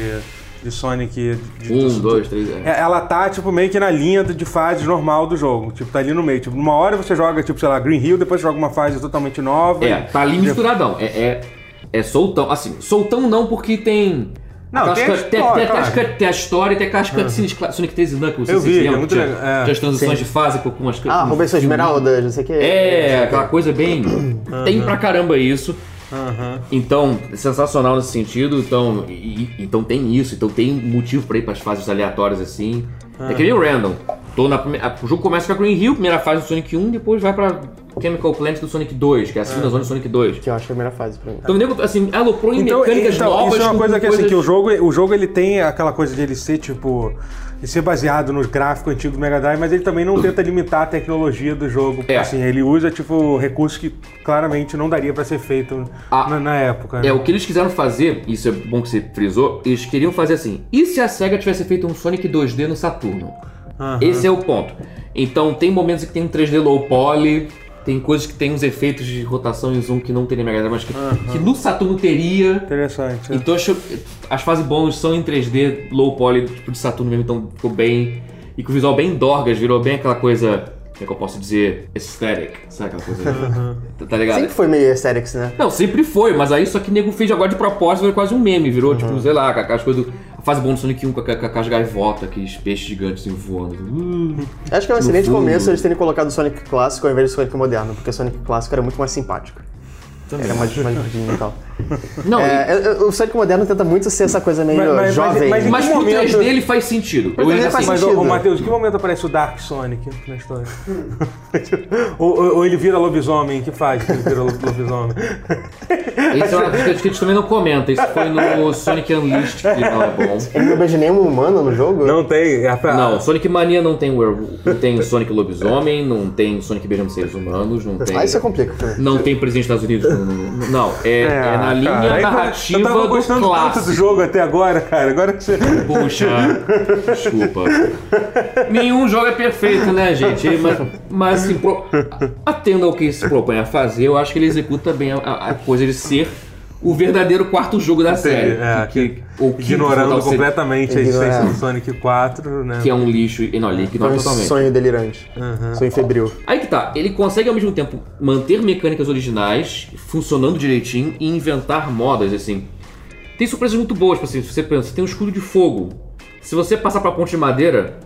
Speaker 2: de Sonic. De,
Speaker 1: 1, 2, 3, é.
Speaker 2: É, Ela tá, tipo, meio que na linha de fase normal do jogo. Tipo, tá ali no meio. Tipo, numa hora você joga, tipo, sei lá, Green Hill, depois joga uma fase totalmente nova.
Speaker 1: É, tá ali misturadão. É, é, é soltão. Assim, soltão não porque tem.
Speaker 2: Não,
Speaker 1: aquelas cut- tem,
Speaker 2: tem a história,
Speaker 1: tem, aquelas
Speaker 2: claro. Hum.
Speaker 1: cut- tem a história, tem aquelas cutscenes cla- Sonic 3 e Knuckles.
Speaker 2: Eu vi,
Speaker 1: vocês
Speaker 2: é
Speaker 1: lembram?
Speaker 2: muito
Speaker 1: Tinha-
Speaker 2: legal, é.
Speaker 1: Tinha as transições de fase com algumas cut-
Speaker 3: Ah,
Speaker 1: uns-
Speaker 3: roubei sua esmeralda, não sei o que.
Speaker 1: É, aquela coisa bem. Tem pra caramba isso.
Speaker 2: Aham.
Speaker 1: Então, é sensacional nesse sentido. Então, e- e- então tem isso. Então tem motivo pra ir pras fases aleatórias assim. É que nem o
Speaker 2: Ah.
Speaker 1: random. Tô na prime- a- o jogo começa com a Green Hill, primeira fase do Sonic 1, depois vai pra Chemical Plant do Sonic 2, que é a segunda
Speaker 2: Ah.
Speaker 1: zona do Sonic 2.
Speaker 3: Que eu acho que é a melhor fase pra mim.
Speaker 1: Então o nego, assim, aloprou em
Speaker 2: Então,
Speaker 1: mecânicas
Speaker 2: então,
Speaker 1: novas.
Speaker 2: isso é uma
Speaker 1: com
Speaker 2: coisa que, assim,
Speaker 1: coisas-
Speaker 2: que o jogo, o jogo ele tem aquela coisa de ele ser, tipo, de ser baseado no gráfico antigo do Mega Drive, mas ele também não tenta limitar a tecnologia do jogo.
Speaker 1: É.
Speaker 2: Assim, ele usa, tipo, recursos que claramente não daria pra ser feito
Speaker 1: Ah.
Speaker 2: na, na época. né?
Speaker 1: É, o que eles quiseram fazer, isso é bom que você frisou, eles queriam fazer assim, e se a SEGA tivesse feito um Sonic 2D no Saturno?
Speaker 2: Aham.
Speaker 1: Esse é o ponto. Então tem momentos que tem um 3D low poly, tem coisas que tem uns efeitos de rotação e zoom que não teria Mega Drive, mas que, que no Saturno teria.
Speaker 2: Interessante. é.
Speaker 1: Então acho, as fases bônus são em 3D, low poly, tipo de Saturno mesmo, então ficou bem. E com o visual bem dorgas, virou bem aquela coisa. Como é que eu posso dizer? Aesthetic. Sabe aquela coisa? tá, tá ligado?
Speaker 3: Sempre foi meio aesthetics, né?
Speaker 1: Não, sempre foi, mas aí só que nego fez agora de propósito, virou quase um meme, virou tipo, sei lá, com aquelas coisas. do- A fase bônus do Sonic 1 com aqua- com aquelas gaivotas, aqueles peixes gigantes assim, voando. Uh.
Speaker 3: Acho que é um
Speaker 1: No
Speaker 3: excelente
Speaker 1: fundo.
Speaker 3: começo eles terem colocado o Sonic clássico ao invés do Sonic moderno, porque o Sonic clássico era muito mais simpático. Era mais divertidinho e tal.
Speaker 1: Não, e-
Speaker 3: É, é, o Sonic moderno tenta muito ser essa coisa meio
Speaker 2: Mas- mas- mas-
Speaker 3: jovem.
Speaker 2: mas-
Speaker 1: mas
Speaker 2: que
Speaker 1: pro
Speaker 2: momento-
Speaker 1: 3 dele faz sentido. Eu
Speaker 3: também
Speaker 1: ainda
Speaker 3: faz
Speaker 1: assim,
Speaker 2: Mas, ô, ô
Speaker 3: sentido.
Speaker 2: Matheus, em que momento aparece o Dark Sonic na história? ou, ou- ou ele vira lobisomem? O que faz que ele vira lo- lobisomem?
Speaker 1: Esse é uma coisa que a gente também não comenta. Isso foi no Sonic Unleashed, que não é bom.
Speaker 3: Ele não beija nenhum humano no jogo?
Speaker 2: Não tem. é pra-
Speaker 1: Não, Sonic Mania não tem werewolf, não tem Sonic Lobisomem, não tem Sonic beijando seres humanos, não tem.
Speaker 3: Aí isso complica. pra mim.
Speaker 1: Não tem presidente dos Estados Unidos. no- no- no- Não, é, é na
Speaker 2: Ah, cara,
Speaker 1: linha
Speaker 2: aí tá-
Speaker 1: narrativa
Speaker 2: Eu tava
Speaker 1: do
Speaker 2: gostando tanto do
Speaker 1: clássico.
Speaker 2: jogo até agora, cara. Agora que você.
Speaker 1: Puxa, desculpa. Nenhum jogo é perfeito, né, gente? Mas, mas assim, pro- atendo ao que ele se propõe a fazer, eu acho que ele executa bem a, a- a coisa de ser o verdadeiro quarto jogo da série.
Speaker 2: é,
Speaker 1: que, que, ou quinto,
Speaker 2: Ignorando
Speaker 1: tal, seria-
Speaker 2: completamente a
Speaker 3: Ignorando.
Speaker 2: existência do Sonic 4, né?
Speaker 1: que é um lixo e não, ele
Speaker 3: Foi
Speaker 1: ignora
Speaker 3: um
Speaker 1: totalmente.
Speaker 3: sonho delirante. Sonho febril.
Speaker 1: Aí que tá, ele consegue ao mesmo tempo manter mecânicas originais, funcionando direitinho e inventar modas, assim. Tem surpresas muito boas, tipo assim, se você pensa, tem um escudo de fogo. Se você passar pra ponte de madeira,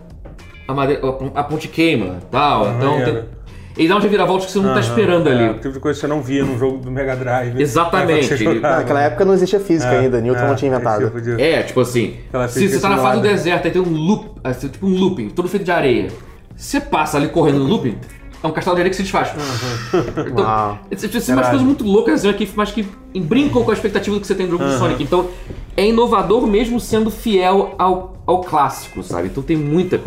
Speaker 1: a, madeira, a pon- a ponte queima, tal, então...
Speaker 2: maneiro.
Speaker 1: Tem, ele dá um reviravolta que você não tá esperando
Speaker 2: É,
Speaker 1: ali.
Speaker 2: o tipo de coisa que você não via no jogo do Mega Drive.
Speaker 1: Exatamente.
Speaker 2: Aí você jogava.
Speaker 3: Ah, Naquela época não existia física ainda, Newton não tinha
Speaker 2: esse
Speaker 3: inventado.
Speaker 2: É, tipo de-
Speaker 1: É, tipo assim,
Speaker 2: Ela
Speaker 1: se
Speaker 2: fica
Speaker 1: você tá na fase do
Speaker 2: simulada.
Speaker 1: deserto, aí tem um loop, assim, tipo um looping, todo feito de areia. Você passa ali correndo no looping, é um castelo de areia que se desfaz. Então,
Speaker 3: Uau.
Speaker 1: né, é, tipo, assim, umas coisas muito loucas, assim, que- mas que brincam com a expectativa do que você tem no jogo do Sonic. Então, é inovador mesmo sendo fiel ao, ao clássico, sabe? Então tem muita.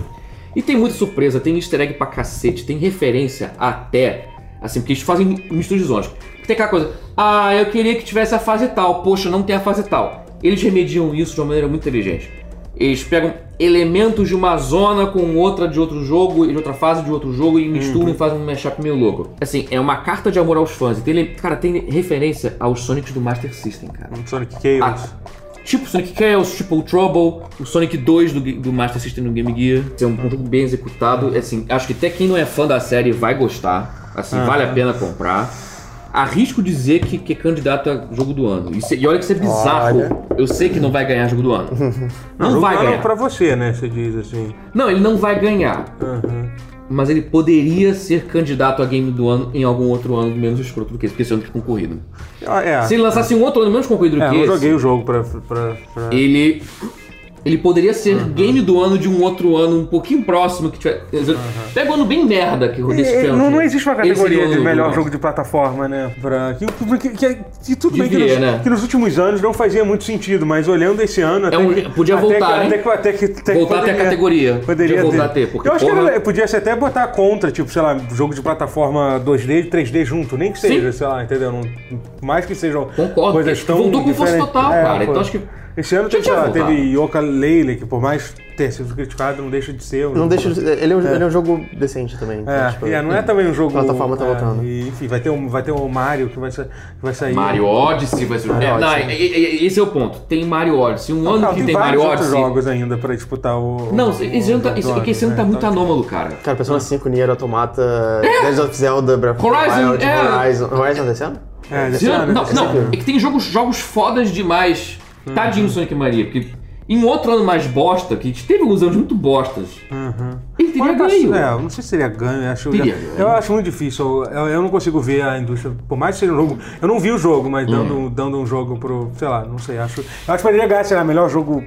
Speaker 1: E tem muita surpresa, tem easter egg pra cacete, tem referência até. Assim, porque eles fazem misturas de zonas. Tem aquela coisa, ah, eu queria que tivesse a fase tal, poxa, não tem a fase tal. Eles remediam isso de uma maneira muito inteligente. Eles pegam elementos de uma zona com outra de outro jogo, e de outra fase de outro jogo, e misturam e fazem um mashup meio louco. Assim, é uma carta de amor aos fãs. E tem ele- cara, tem referência aos Sonics do Master System, cara.
Speaker 2: Um Sonic Chaos.
Speaker 1: Tipo Sonic Chaos, tipo o Trouble, o Sonic 2 do, do Master System no Game Gear. É um jogo bem executado. Assim, acho que até quem não é fã da série vai gostar. Assim, vale a pena comprar. Arrisco dizer que, que é candidato a jogo do ano. Isso é- e olha que isso é bizarro.
Speaker 3: Olha.
Speaker 1: Eu sei que não vai ganhar jogo do ano. Não,
Speaker 2: Jogo
Speaker 1: vai
Speaker 2: não,
Speaker 1: ganhar.
Speaker 2: Pra você, né? Você diz assim.
Speaker 1: Não, ele não vai ganhar.
Speaker 2: Aham.
Speaker 1: Mas ele poderia ser candidato a game do ano em algum outro ano menos escroto do que esse, porque esse ano é concorrido.
Speaker 2: Ah, É,
Speaker 1: Se ele lançasse um outro ano menos concorrido do
Speaker 2: é, eu
Speaker 1: que
Speaker 2: não
Speaker 1: esse,
Speaker 2: joguei o jogo pra. pra, pra-
Speaker 1: ele ele poderia ser
Speaker 2: Uhum.
Speaker 1: game do ano de um outro ano um pouquinho próximo que tiver. Pega um ano bem merda que o desse
Speaker 2: É,
Speaker 1: filme.
Speaker 2: Uhum. não, não existe uma
Speaker 1: Ele seria
Speaker 2: categoria
Speaker 1: o
Speaker 2: de melhor
Speaker 1: do-
Speaker 2: jogo de plataforma, né? Pra, que, que, que- que tudo bem que
Speaker 1: Devia,
Speaker 2: nos,
Speaker 1: né?
Speaker 2: que nos últimos anos não fazia muito sentido, mas olhando esse ano. até
Speaker 1: um-
Speaker 2: que-
Speaker 1: podia
Speaker 2: até
Speaker 1: voltar,
Speaker 2: que,
Speaker 1: hein?
Speaker 2: Até que, até que, até
Speaker 1: Voltar
Speaker 2: que
Speaker 1: até a
Speaker 2: poderia-
Speaker 1: categoria. Podia
Speaker 2: Poderia
Speaker 1: voltar a ter, porque,
Speaker 2: Eu acho que
Speaker 1: porra-
Speaker 2: era- podia ser até botar contra, tipo, sei lá, jogo de plataforma 2D e 3D junto, nem que seja,
Speaker 1: Sim.
Speaker 2: sei lá, entendeu? Não- mais que sejam
Speaker 1: Concordo,
Speaker 2: coisas
Speaker 1: acho que
Speaker 2: tão.
Speaker 1: voltou com força
Speaker 2: diferentes.
Speaker 1: total,
Speaker 2: É,
Speaker 1: cara. Então
Speaker 2: foi.
Speaker 1: acho que.
Speaker 2: Esse ano teve, sei
Speaker 1: Tinha que
Speaker 2: lá,
Speaker 1: voltar.
Speaker 2: teve Yoka Leile, que por mais ter sido criticado, não deixa de ser. um
Speaker 3: Não
Speaker 2: jogo-
Speaker 3: deixa de- ele, é um, ele é um jogo decente também. então,
Speaker 2: é,
Speaker 3: tipo,
Speaker 2: e é, não é também um jogo.
Speaker 3: plataforma tá
Speaker 2: é,
Speaker 3: voltando.
Speaker 2: e, enfim, vai ter, um, vai ter um Mario que vai, sa- que vai sair.
Speaker 1: Mario Odyssey vai ser.
Speaker 3: Mario
Speaker 1: É, não,
Speaker 3: Odyssey.
Speaker 1: e- e- e- esse é o ponto. Tem Mario Odyssey. Um ano
Speaker 2: Não,
Speaker 1: que tem,
Speaker 2: Ah, tem vários
Speaker 1: Mario
Speaker 2: outros
Speaker 1: Odyssey.
Speaker 2: jogos ainda pra disputar o.
Speaker 1: Não,
Speaker 2: o-
Speaker 1: esse ano tá, esse,
Speaker 2: o-
Speaker 1: é que esse ano
Speaker 2: né?
Speaker 1: tá muito
Speaker 2: Então,
Speaker 1: anômalo, cara.
Speaker 3: Cara, Persona 5, Nier Automata, Legend of Zelda, Breath of the
Speaker 1: Horizon,
Speaker 3: Wild,
Speaker 1: é.
Speaker 3: Horizon. Horizon tá desse ano?
Speaker 2: É,
Speaker 1: Esse
Speaker 2: esse
Speaker 1: ano-
Speaker 2: ano.
Speaker 1: não, não, é que tem jogos, jogos fodas demais. Tadinho Sonic Maria, porque em outro ano mais bosta, que teve uns anos muito bostas, ele teria ganho.
Speaker 2: É, Uhum. eu não sei se seria ganho. eu Acho,
Speaker 1: Teria
Speaker 2: eu,
Speaker 1: ganho.
Speaker 2: acho muito difícil. Eu, eu não consigo ver a indústria. Por mais que seja um jogo. Eu não vi o jogo, mas dando,
Speaker 1: Hum.
Speaker 2: dando um jogo pro. Sei lá, não sei. Acho, eu acho que poderia ganhar, sei lá, melhor jogo.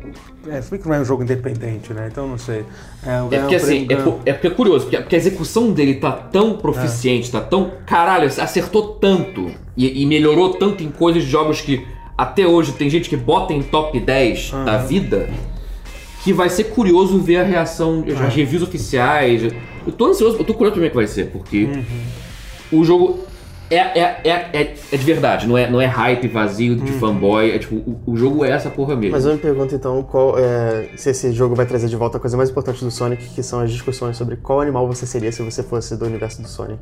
Speaker 2: É, se bem que não é um jogo independente, né? Então não sei.
Speaker 1: É
Speaker 2: É, eu ganhar um
Speaker 1: porque assim,
Speaker 2: prêmio-
Speaker 1: é, po- é porque é curioso, porque, porque a execução dele tá tão proficiente, tá tão. Caralho, acertou tanto e, e melhorou tanto em coisas de jogos que até hoje tem gente que bota em top 10 da vida. Que vai ser curioso ver a reação, as reviews oficiais. Eu tô ansioso, eu tô curioso pra ver como é que vai ser, porque
Speaker 3: Uhum.
Speaker 1: o jogo é, é, é, é, é de verdade, não é, não é hype vazio de fanboy. É tipo, o, o jogo é essa porra mesmo.
Speaker 3: Uhum. Mas eu me pergunto então qual, é, se esse jogo vai trazer de volta a coisa mais importante do Sonic, que são as discussões sobre qual animal você seria se você fosse do universo do Sonic.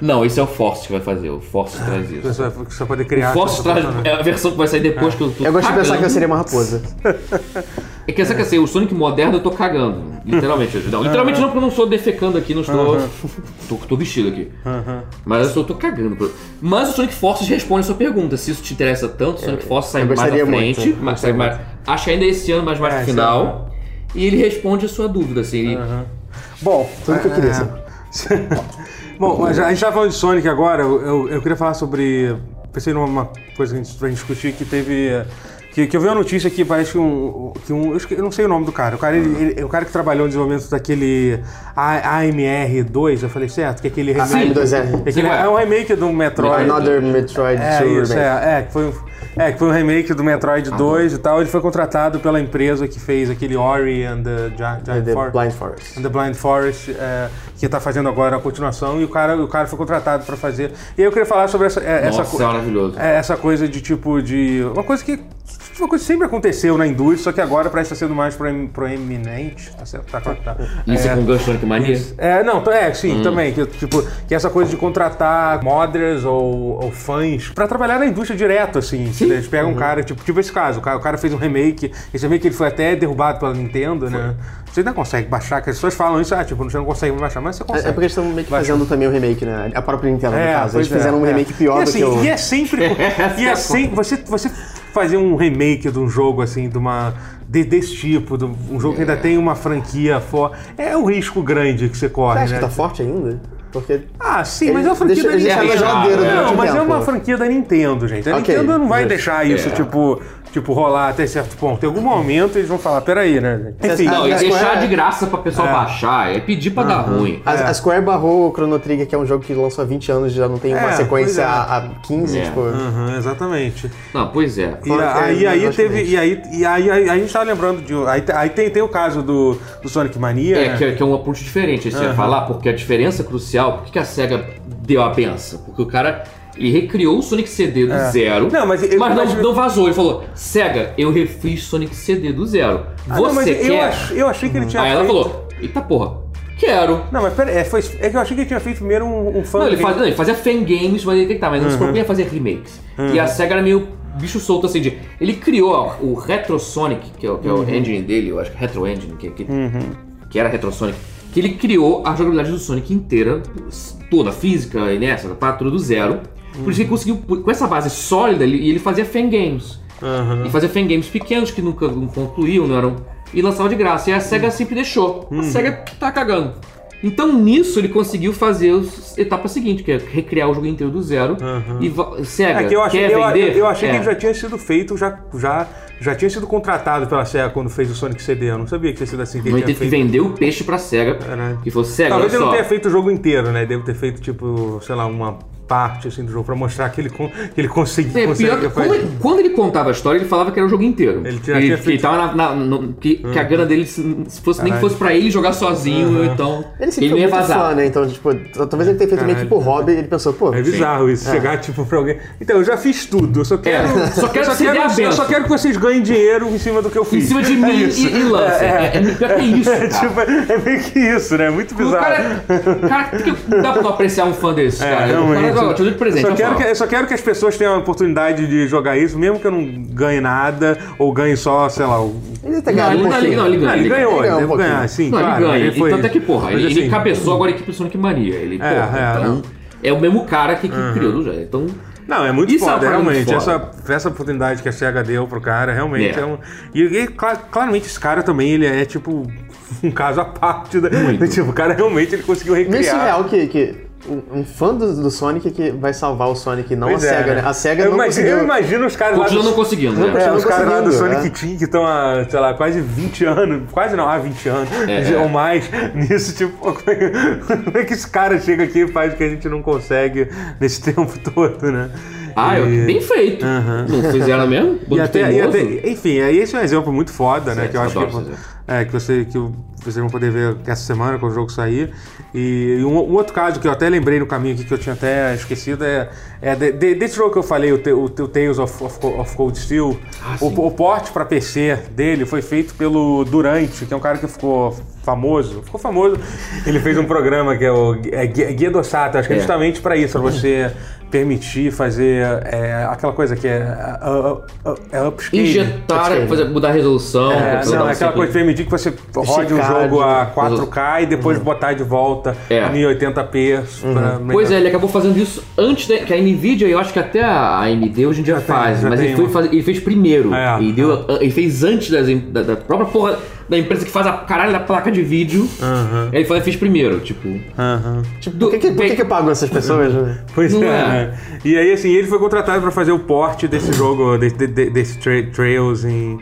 Speaker 1: Não, esse é o Force que vai fazer, o Force
Speaker 3: Ah,
Speaker 1: traz isso.
Speaker 2: Você vai- você vai poder criar. tipo,
Speaker 1: Posso
Speaker 2: seu
Speaker 1: traz
Speaker 2: personagem.
Speaker 1: é a versão que vai sair depois que eu tô
Speaker 3: Eu gosto de pensar
Speaker 1: cagando.
Speaker 3: que eu seria uma raposa.
Speaker 1: É que essa que assim, o Sonic moderno eu tô cagando. Literalmente. eu- Não, literalmente não, porque eu não estou defecando aqui, não estou. tô, tô vestido aqui. Mas eu só tô cagando. pô. Mas o Sonic Forces responde a sua pergunta. Se isso te interessa tanto, o Sonic Forces sai
Speaker 3: É, eu
Speaker 1: mais
Speaker 3: gostaria
Speaker 1: à frente.
Speaker 3: muito, eu
Speaker 1: mas sai mais, acho que ainda esse ano, mas mais
Speaker 2: É,
Speaker 1: pro
Speaker 2: esse
Speaker 1: final. E ele responde a sua dúvida, assim. ele-
Speaker 2: Bom,
Speaker 3: Tudo que eu
Speaker 2: é-
Speaker 3: queria, sabe?
Speaker 2: Bom, mas a gente tá falando de Sonic agora, eu, eu, eu queria falar sobre. Pensei numa coisa que a gente vai discutir que teve. Que, que eu vi uma notícia que parece que um. Que um eu, esque- eu não sei o nome do cara. O cara, ele- ele- o cara que trabalhou no desenvolvimento daquele A- AMR2, eu falei certo? Que é aquele
Speaker 1: sim.
Speaker 2: remake.
Speaker 3: M2R.
Speaker 2: é aquele- é um remake do Metroid.
Speaker 3: Another Metroid
Speaker 2: É,
Speaker 3: 2
Speaker 2: isso,
Speaker 3: Remake.
Speaker 2: é, é, que foi, um- é, que foi um remake do Metroid 2 e tal. Ele foi contratado pela empresa que fez aquele Ori and the Giant, Giant
Speaker 3: The
Speaker 2: Forest.
Speaker 3: Blind Forest.
Speaker 2: The Blind Forest, é, que tá fazendo agora a continuação, e o cara, o cara foi contratado pra fazer. E eu queria falar sobre essa, é,
Speaker 1: Nossa,
Speaker 2: essa, co-
Speaker 1: é maravilhoso.
Speaker 2: é, essa coisa de tipo de. Uma coisa que. Uma coisa que sempre aconteceu na indústria, só que agora parece estar sendo mais proem- proeminente. Tá certo? Tá, tá, tá.
Speaker 1: Isso é, com gancho Sonic Mania?
Speaker 2: É, não, t- é, sim, também. Que, tipo, que essa coisa de contratar modders ou, ou fãs pra trabalhar na indústria direto, assim. Eles pegam um
Speaker 3: Uhum.
Speaker 2: cara, tipo, tipo esse caso, o cara, o cara fez um remake, esse remake ele foi até derrubado pela Nintendo, né? Você ainda consegue baixar, que as pessoas falam isso, ah, tipo, você não consegue baixar, mas você consegue.
Speaker 3: É, é porque eles estão meio que fazendo também o remake, né? A própria Nintendo, no caso. Eles
Speaker 2: pois é,
Speaker 3: fizeram um
Speaker 2: é.
Speaker 3: remake pior
Speaker 2: e assim,
Speaker 3: do que o...
Speaker 2: E é sempre. e é sempre você, você fazer um remake de um jogo, assim, de uma. de- desse tipo, de um
Speaker 3: É.
Speaker 2: jogo que ainda tem uma franquia for, é um risco grande que você
Speaker 3: Você
Speaker 2: corre.
Speaker 3: acha
Speaker 2: né?
Speaker 3: que tá forte ainda? Porque...
Speaker 2: Ah, sim, mas
Speaker 3: Ele
Speaker 2: é uma franquia
Speaker 3: deixa-
Speaker 2: da
Speaker 3: ele
Speaker 2: Nintendo.
Speaker 1: deixa na geladeira
Speaker 2: não,
Speaker 1: durante
Speaker 3: um
Speaker 2: mas é
Speaker 3: tempo.
Speaker 2: uma franquia da Nintendo, gente. A
Speaker 3: Ok,
Speaker 2: Nintendo não vai
Speaker 3: justo.
Speaker 2: deixar isso,
Speaker 1: É.
Speaker 2: tipo, tipo, rolar até certo ponto. Em algum momento eles vão falar, peraí, né? gente?" Enfim,
Speaker 1: Não, e
Speaker 3: Mas
Speaker 1: deixar
Speaker 3: qual é? Ah.
Speaker 1: de graça pra pessoa baixar, é pedir pra dar ruim.
Speaker 2: É.
Speaker 3: A, a Square barrou o Chrono Trigger, que é um jogo que lançou há 20 anos e já não tem uma
Speaker 2: É,
Speaker 3: sequência
Speaker 2: pois é.
Speaker 3: há há 15,
Speaker 1: É.
Speaker 3: tipo.
Speaker 2: Aham, exatamente.
Speaker 1: Não, pois é.
Speaker 2: E
Speaker 3: Fora que
Speaker 2: aí,
Speaker 3: é
Speaker 2: aí
Speaker 3: negócio
Speaker 2: teve.
Speaker 3: deles.
Speaker 2: E aí, e aí, aí a gente tá lembrando de. Aí, aí tem, tem o caso do, do Sonic Mania.
Speaker 1: É,
Speaker 2: né?
Speaker 1: que, é- que é um approach diferente. Aí você ia falar, porque a diferença é crucial, por que que a SEGA deu a benção? Porque o cara, ele recriou o Sonic CD do zero,
Speaker 2: É. Não, mas eu-
Speaker 1: não,
Speaker 2: mas-
Speaker 1: não vazou. Ele falou, SEGA, eu refiz Sonic CD do zero. Você
Speaker 2: Ah, não, mas
Speaker 1: quer?
Speaker 2: eu, ach- eu achei que ele tinha
Speaker 1: Aí ela
Speaker 2: feito-
Speaker 1: falou, eita porra, quero.
Speaker 2: Não, mas pera, é, foi, é que eu achei que ele tinha feito primeiro um, um fan
Speaker 1: Não, ele,
Speaker 2: game.
Speaker 1: faz, não, ele fazia fan games, mas ele tem que tá, mas não se propunha a fazer remakes. E a SEGA era meio bicho solto assim de. Ele criou ó, o Retro Sonic, que é, o- que é o engine dele, eu acho que é Retro Engine, que, que, que era Retro Sonic, que ele criou a jogabilidade do Sonic inteira, toda, física, inércia, tá, tudo do zero. Por isso que ele conseguiu, com essa base sólida, ele, e ele fazia fan games. E fazia fan games pequenos que nunca não concluíam, não eram. E lançava de graça. E a
Speaker 2: Uhum.
Speaker 1: SEGA sempre deixou. A SEGA tá cagando. Então nisso ele conseguiu fazer a etapa seguinte, que é recriar o jogo inteiro do zero. E va- SEGA,
Speaker 2: É que eu achei,
Speaker 1: quer
Speaker 2: eu,
Speaker 1: vender?
Speaker 2: eu achei
Speaker 1: É.
Speaker 2: que ele já tinha sido feito, já, já, já tinha sido contratado pela SEGA quando fez o Sonic CD. Eu não sabia que tinha sido assim. Que
Speaker 1: Ele
Speaker 2: ele tinha
Speaker 1: teve que
Speaker 2: feito.
Speaker 1: vender o peixe pra SEGA.
Speaker 2: Caralho.
Speaker 1: Que falou, SEGA,
Speaker 2: Talvez
Speaker 1: olha
Speaker 2: ele
Speaker 1: só.
Speaker 2: não tenha feito o jogo inteiro, né? Deve ter feito, tipo, sei lá, uma parte assim do jogo pra mostrar que ele, con- que ele consegui-
Speaker 1: É,
Speaker 2: consegue.
Speaker 1: pior que
Speaker 2: fazer.
Speaker 1: quando, ele, quando ele contava a história, ele falava que era o jogo inteiro.
Speaker 2: Ele
Speaker 1: que,
Speaker 2: já tinha
Speaker 1: que
Speaker 2: feito. Uhum.
Speaker 1: tava na- na- no- que, que a grana dele, se, se fosse, nem que fosse pra ele jogar sozinho, então.
Speaker 3: Ele sempre foi
Speaker 1: não ia
Speaker 3: muito
Speaker 1: vazar.
Speaker 3: fã, né? Então, tipo, talvez ele tenha feito meio que por hobby, ele pensou, pô,
Speaker 2: É bizarro isso, chegar tipo pra alguém. Então, eu já fiz tudo, eu só quero.
Speaker 1: É, só quero
Speaker 2: eu
Speaker 1: que você dê a
Speaker 2: eu só
Speaker 1: benção.
Speaker 2: quero que vocês ganhem dinheiro em cima do que eu
Speaker 1: Em
Speaker 2: fiz.
Speaker 1: cima de
Speaker 2: É
Speaker 1: mim
Speaker 2: isso.
Speaker 1: e, e lança. É, é, pior que é isso.
Speaker 2: É,
Speaker 1: cara.
Speaker 2: tipo, é meio que isso, né? É Muito
Speaker 1: O
Speaker 2: bizarro.
Speaker 1: cara, cara, por que que dá pra tu apreciar um fã desse,
Speaker 2: É,
Speaker 1: cara? O
Speaker 2: realmente.
Speaker 1: cara, ó, te dou de presente. tá
Speaker 2: Só
Speaker 1: olha
Speaker 2: quero
Speaker 1: só.
Speaker 2: que, eu só quero que as pessoas tenham a oportunidade de jogar isso, mesmo que eu não ganhe nada, ou ganhe só, sei lá, o.
Speaker 3: ele tá
Speaker 1: Não,
Speaker 3: ganhando
Speaker 1: ele,
Speaker 3: um
Speaker 1: não, ele,
Speaker 3: pouquinho.
Speaker 1: não, ele ganha.
Speaker 2: Ah, ele ganhou,
Speaker 3: ganha
Speaker 2: ele
Speaker 3: um
Speaker 2: deve
Speaker 3: pouquinho.
Speaker 2: ganhar, sim.
Speaker 1: Não,
Speaker 2: claro,
Speaker 1: ele ganha.
Speaker 2: mas
Speaker 1: Ele-
Speaker 2: foi-
Speaker 1: Tanto é que, porra,
Speaker 2: mas
Speaker 1: ele, ele
Speaker 2: assim,
Speaker 1: cabeçou agora a equipe do Sonic Mania. Ele, porra,
Speaker 2: é,
Speaker 1: então, é o mesmo cara que, que criou do jogo. Então,
Speaker 2: Não, é muito
Speaker 1: Isso é uma
Speaker 2: foda,
Speaker 1: parada
Speaker 2: realmente.
Speaker 1: muito
Speaker 2: Essa,
Speaker 1: foda.
Speaker 2: essa oportunidade que a SEGA deu pro cara, realmente é,
Speaker 1: É.
Speaker 2: um. E, e cla- claramente esse cara também, ele é tipo um caso à parte. Da, tipo, o cara realmente ele conseguiu
Speaker 3: É Meio
Speaker 2: recriar.
Speaker 3: surreal que, que um um fã do, do Sonic que vai salvar o Sonic, não
Speaker 2: Pois
Speaker 3: a
Speaker 2: é,
Speaker 3: SEGA, né? A SEGA
Speaker 2: eu
Speaker 3: não
Speaker 2: imagino,
Speaker 3: conseguiu...
Speaker 2: Eu imagino os caras lá.
Speaker 1: continuando
Speaker 2: do-
Speaker 1: não conseguindo, né?
Speaker 2: É, os
Speaker 3: Não
Speaker 2: caras lá do
Speaker 3: conseguindo,
Speaker 2: Sonic
Speaker 3: é.
Speaker 2: Team que estão há, sei lá, quase 20 anos, quase não, há 20 anos,
Speaker 1: É, é.
Speaker 2: ou mais, nisso, tipo, pô, como é, que, como é que esse cara chega aqui e faz o que a gente não consegue nesse tempo todo, né?
Speaker 1: Ah, eu-
Speaker 2: E-
Speaker 1: bem feito. Não fizeram mesmo?
Speaker 2: E
Speaker 1: Bando
Speaker 2: até, e
Speaker 1: teimoso?
Speaker 2: até- enfim, aí esse é um exemplo muito foda, né?
Speaker 1: Certo,
Speaker 2: Que eu acho
Speaker 1: adoro
Speaker 2: que,
Speaker 1: esse exemplo.
Speaker 2: é, que, você, que o- vocês vão poder ver essa semana quando o jogo sair. E, um, um outro caso que eu até lembrei no caminho aqui que eu tinha até esquecido é, é de- de- desse jogo que eu falei, o, te- o, te- o Tales of, of, Co- of Cold Steel.
Speaker 1: Ah,
Speaker 2: o, o porte pra PC dele foi feito pelo Durante, que é um cara que ficou famoso. Ficou famoso. Ele fez um programa que é o é, Guia Guia do Sato, acho que é
Speaker 1: É.
Speaker 2: justamente justamente para isso, para você permitir fazer é, aquela coisa que é, uh, uh, uh, é upscale.
Speaker 1: Injetar,
Speaker 2: Upscale.
Speaker 1: fazer, mudar a resolução. um
Speaker 2: É,
Speaker 1: pra-
Speaker 2: não,
Speaker 1: pra-
Speaker 2: é aquela coisa de permitir que você rode um
Speaker 3: Esticar,
Speaker 2: jogo a
Speaker 3: de-
Speaker 2: 4K e depois botar de volta
Speaker 1: É.
Speaker 2: em 1080p. pra-
Speaker 1: Pois é, ele acabou fazendo isso antes da que a Nvidia, eu acho que até a AMD hoje em dia
Speaker 2: tem,
Speaker 1: faz,
Speaker 2: já
Speaker 1: mas
Speaker 2: tem
Speaker 1: ele, foi
Speaker 2: uma.
Speaker 1: fazer- ele fez primeiro.
Speaker 2: É,
Speaker 1: e deu, ah, Ele fez antes das em- da, da própria porra da empresa que faz a caralho da placa de vídeo. Ele faz- fez primeiro, tipo.
Speaker 2: Aham.
Speaker 3: Tipo, por que, que, por que que pagam essas pessoas, né?
Speaker 2: Pois
Speaker 1: Não
Speaker 2: é.
Speaker 1: é.
Speaker 2: né? E aí, assim, ele foi contratado pra fazer o porte desse jogo, de- de- de- desse tra- Trails em.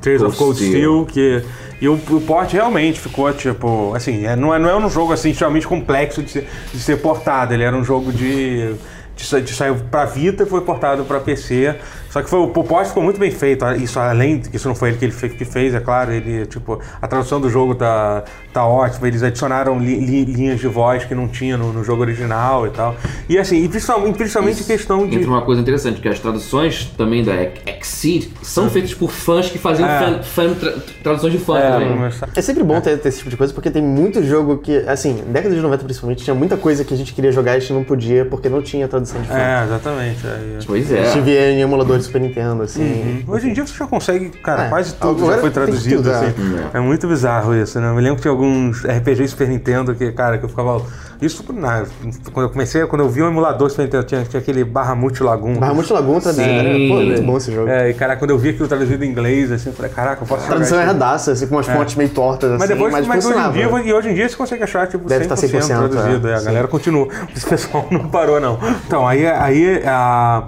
Speaker 2: Trails of Cold
Speaker 1: Cold
Speaker 2: Steel, que. E o, o porte realmente ficou, tipo. Assim, é- não, é, não é um jogo assim extremamente complexo de ser, de ser portado. Ele era um jogo de. De, sa- de saiu pra Vita e foi portado pra PC. Só que foi, o o porte ficou muito bem feito. Isso além de que isso não foi ele que ele fe- que fez, é claro. Ele, tipo, a tradução do jogo tá, tá ótima. Eles adicionaram li- li- linhas de voz que não tinha no, no jogo original e tal. E assim, e principalmente, principalmente questão de.
Speaker 1: Entra uma coisa interessante, que as traduções também da Ex- Exceed são feitas por fãs que faziam
Speaker 2: É.
Speaker 1: fan- fan tra- traduções de fã
Speaker 2: É,
Speaker 1: também.
Speaker 2: mas-
Speaker 3: É sempre bom ter, ter esse tipo de coisa, porque tem muito jogo que, assim, década de 90 principalmente, tinha muita coisa que a gente queria jogar e a gente não podia, porque não tinha tradução de fã.
Speaker 2: é, exatamente. é.
Speaker 1: Pois é.
Speaker 3: Tive em emulador de Super Nintendo, assim.
Speaker 2: Hoje em dia você já consegue, cara,
Speaker 3: É,
Speaker 2: quase tudo
Speaker 3: agora
Speaker 2: já foi
Speaker 3: tem
Speaker 2: traduzido.
Speaker 3: tudo, é.
Speaker 2: assim. É muito bizarro isso, né? Eu me lembro que tinha alguns RPG Super Nintendo que, cara, que eu ficava. Isso na- quando eu comecei, quando eu vi um emulador Super Nintendo, tinha, tinha aquele barra multi lagoon.
Speaker 3: Bahamut Lagoon traduzido,
Speaker 1: Sim.
Speaker 3: né? Pô, é muito bom esse jogo.
Speaker 2: É, e cara, quando eu vi aquilo traduzido em inglês, assim, eu falei, caraca, eu posso
Speaker 3: A
Speaker 2: jogar
Speaker 3: tradução
Speaker 2: isso.
Speaker 3: erradaça, assim, com umas fontes meio tortas, assim,
Speaker 2: É. Mas
Speaker 3: mas,
Speaker 2: depois, mas, hoje em
Speaker 3: funcionava.
Speaker 2: dia, e hoje em dia você consegue achar, tipo,
Speaker 3: Deve
Speaker 2: 100%,
Speaker 3: tá 100%,
Speaker 2: traduzido.
Speaker 3: é.
Speaker 2: é, a
Speaker 3: Sim.
Speaker 2: galera continua. Esse pessoal não parou, não. Então, aí, aí a-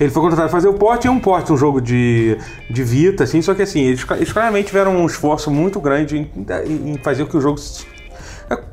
Speaker 2: Ele foi contratado pra fazer o porte, é um porte, um jogo de, de Vita, assim, só que assim, eles, eles claramente tiveram um esforço muito grande em, em fazer com que o jogo se-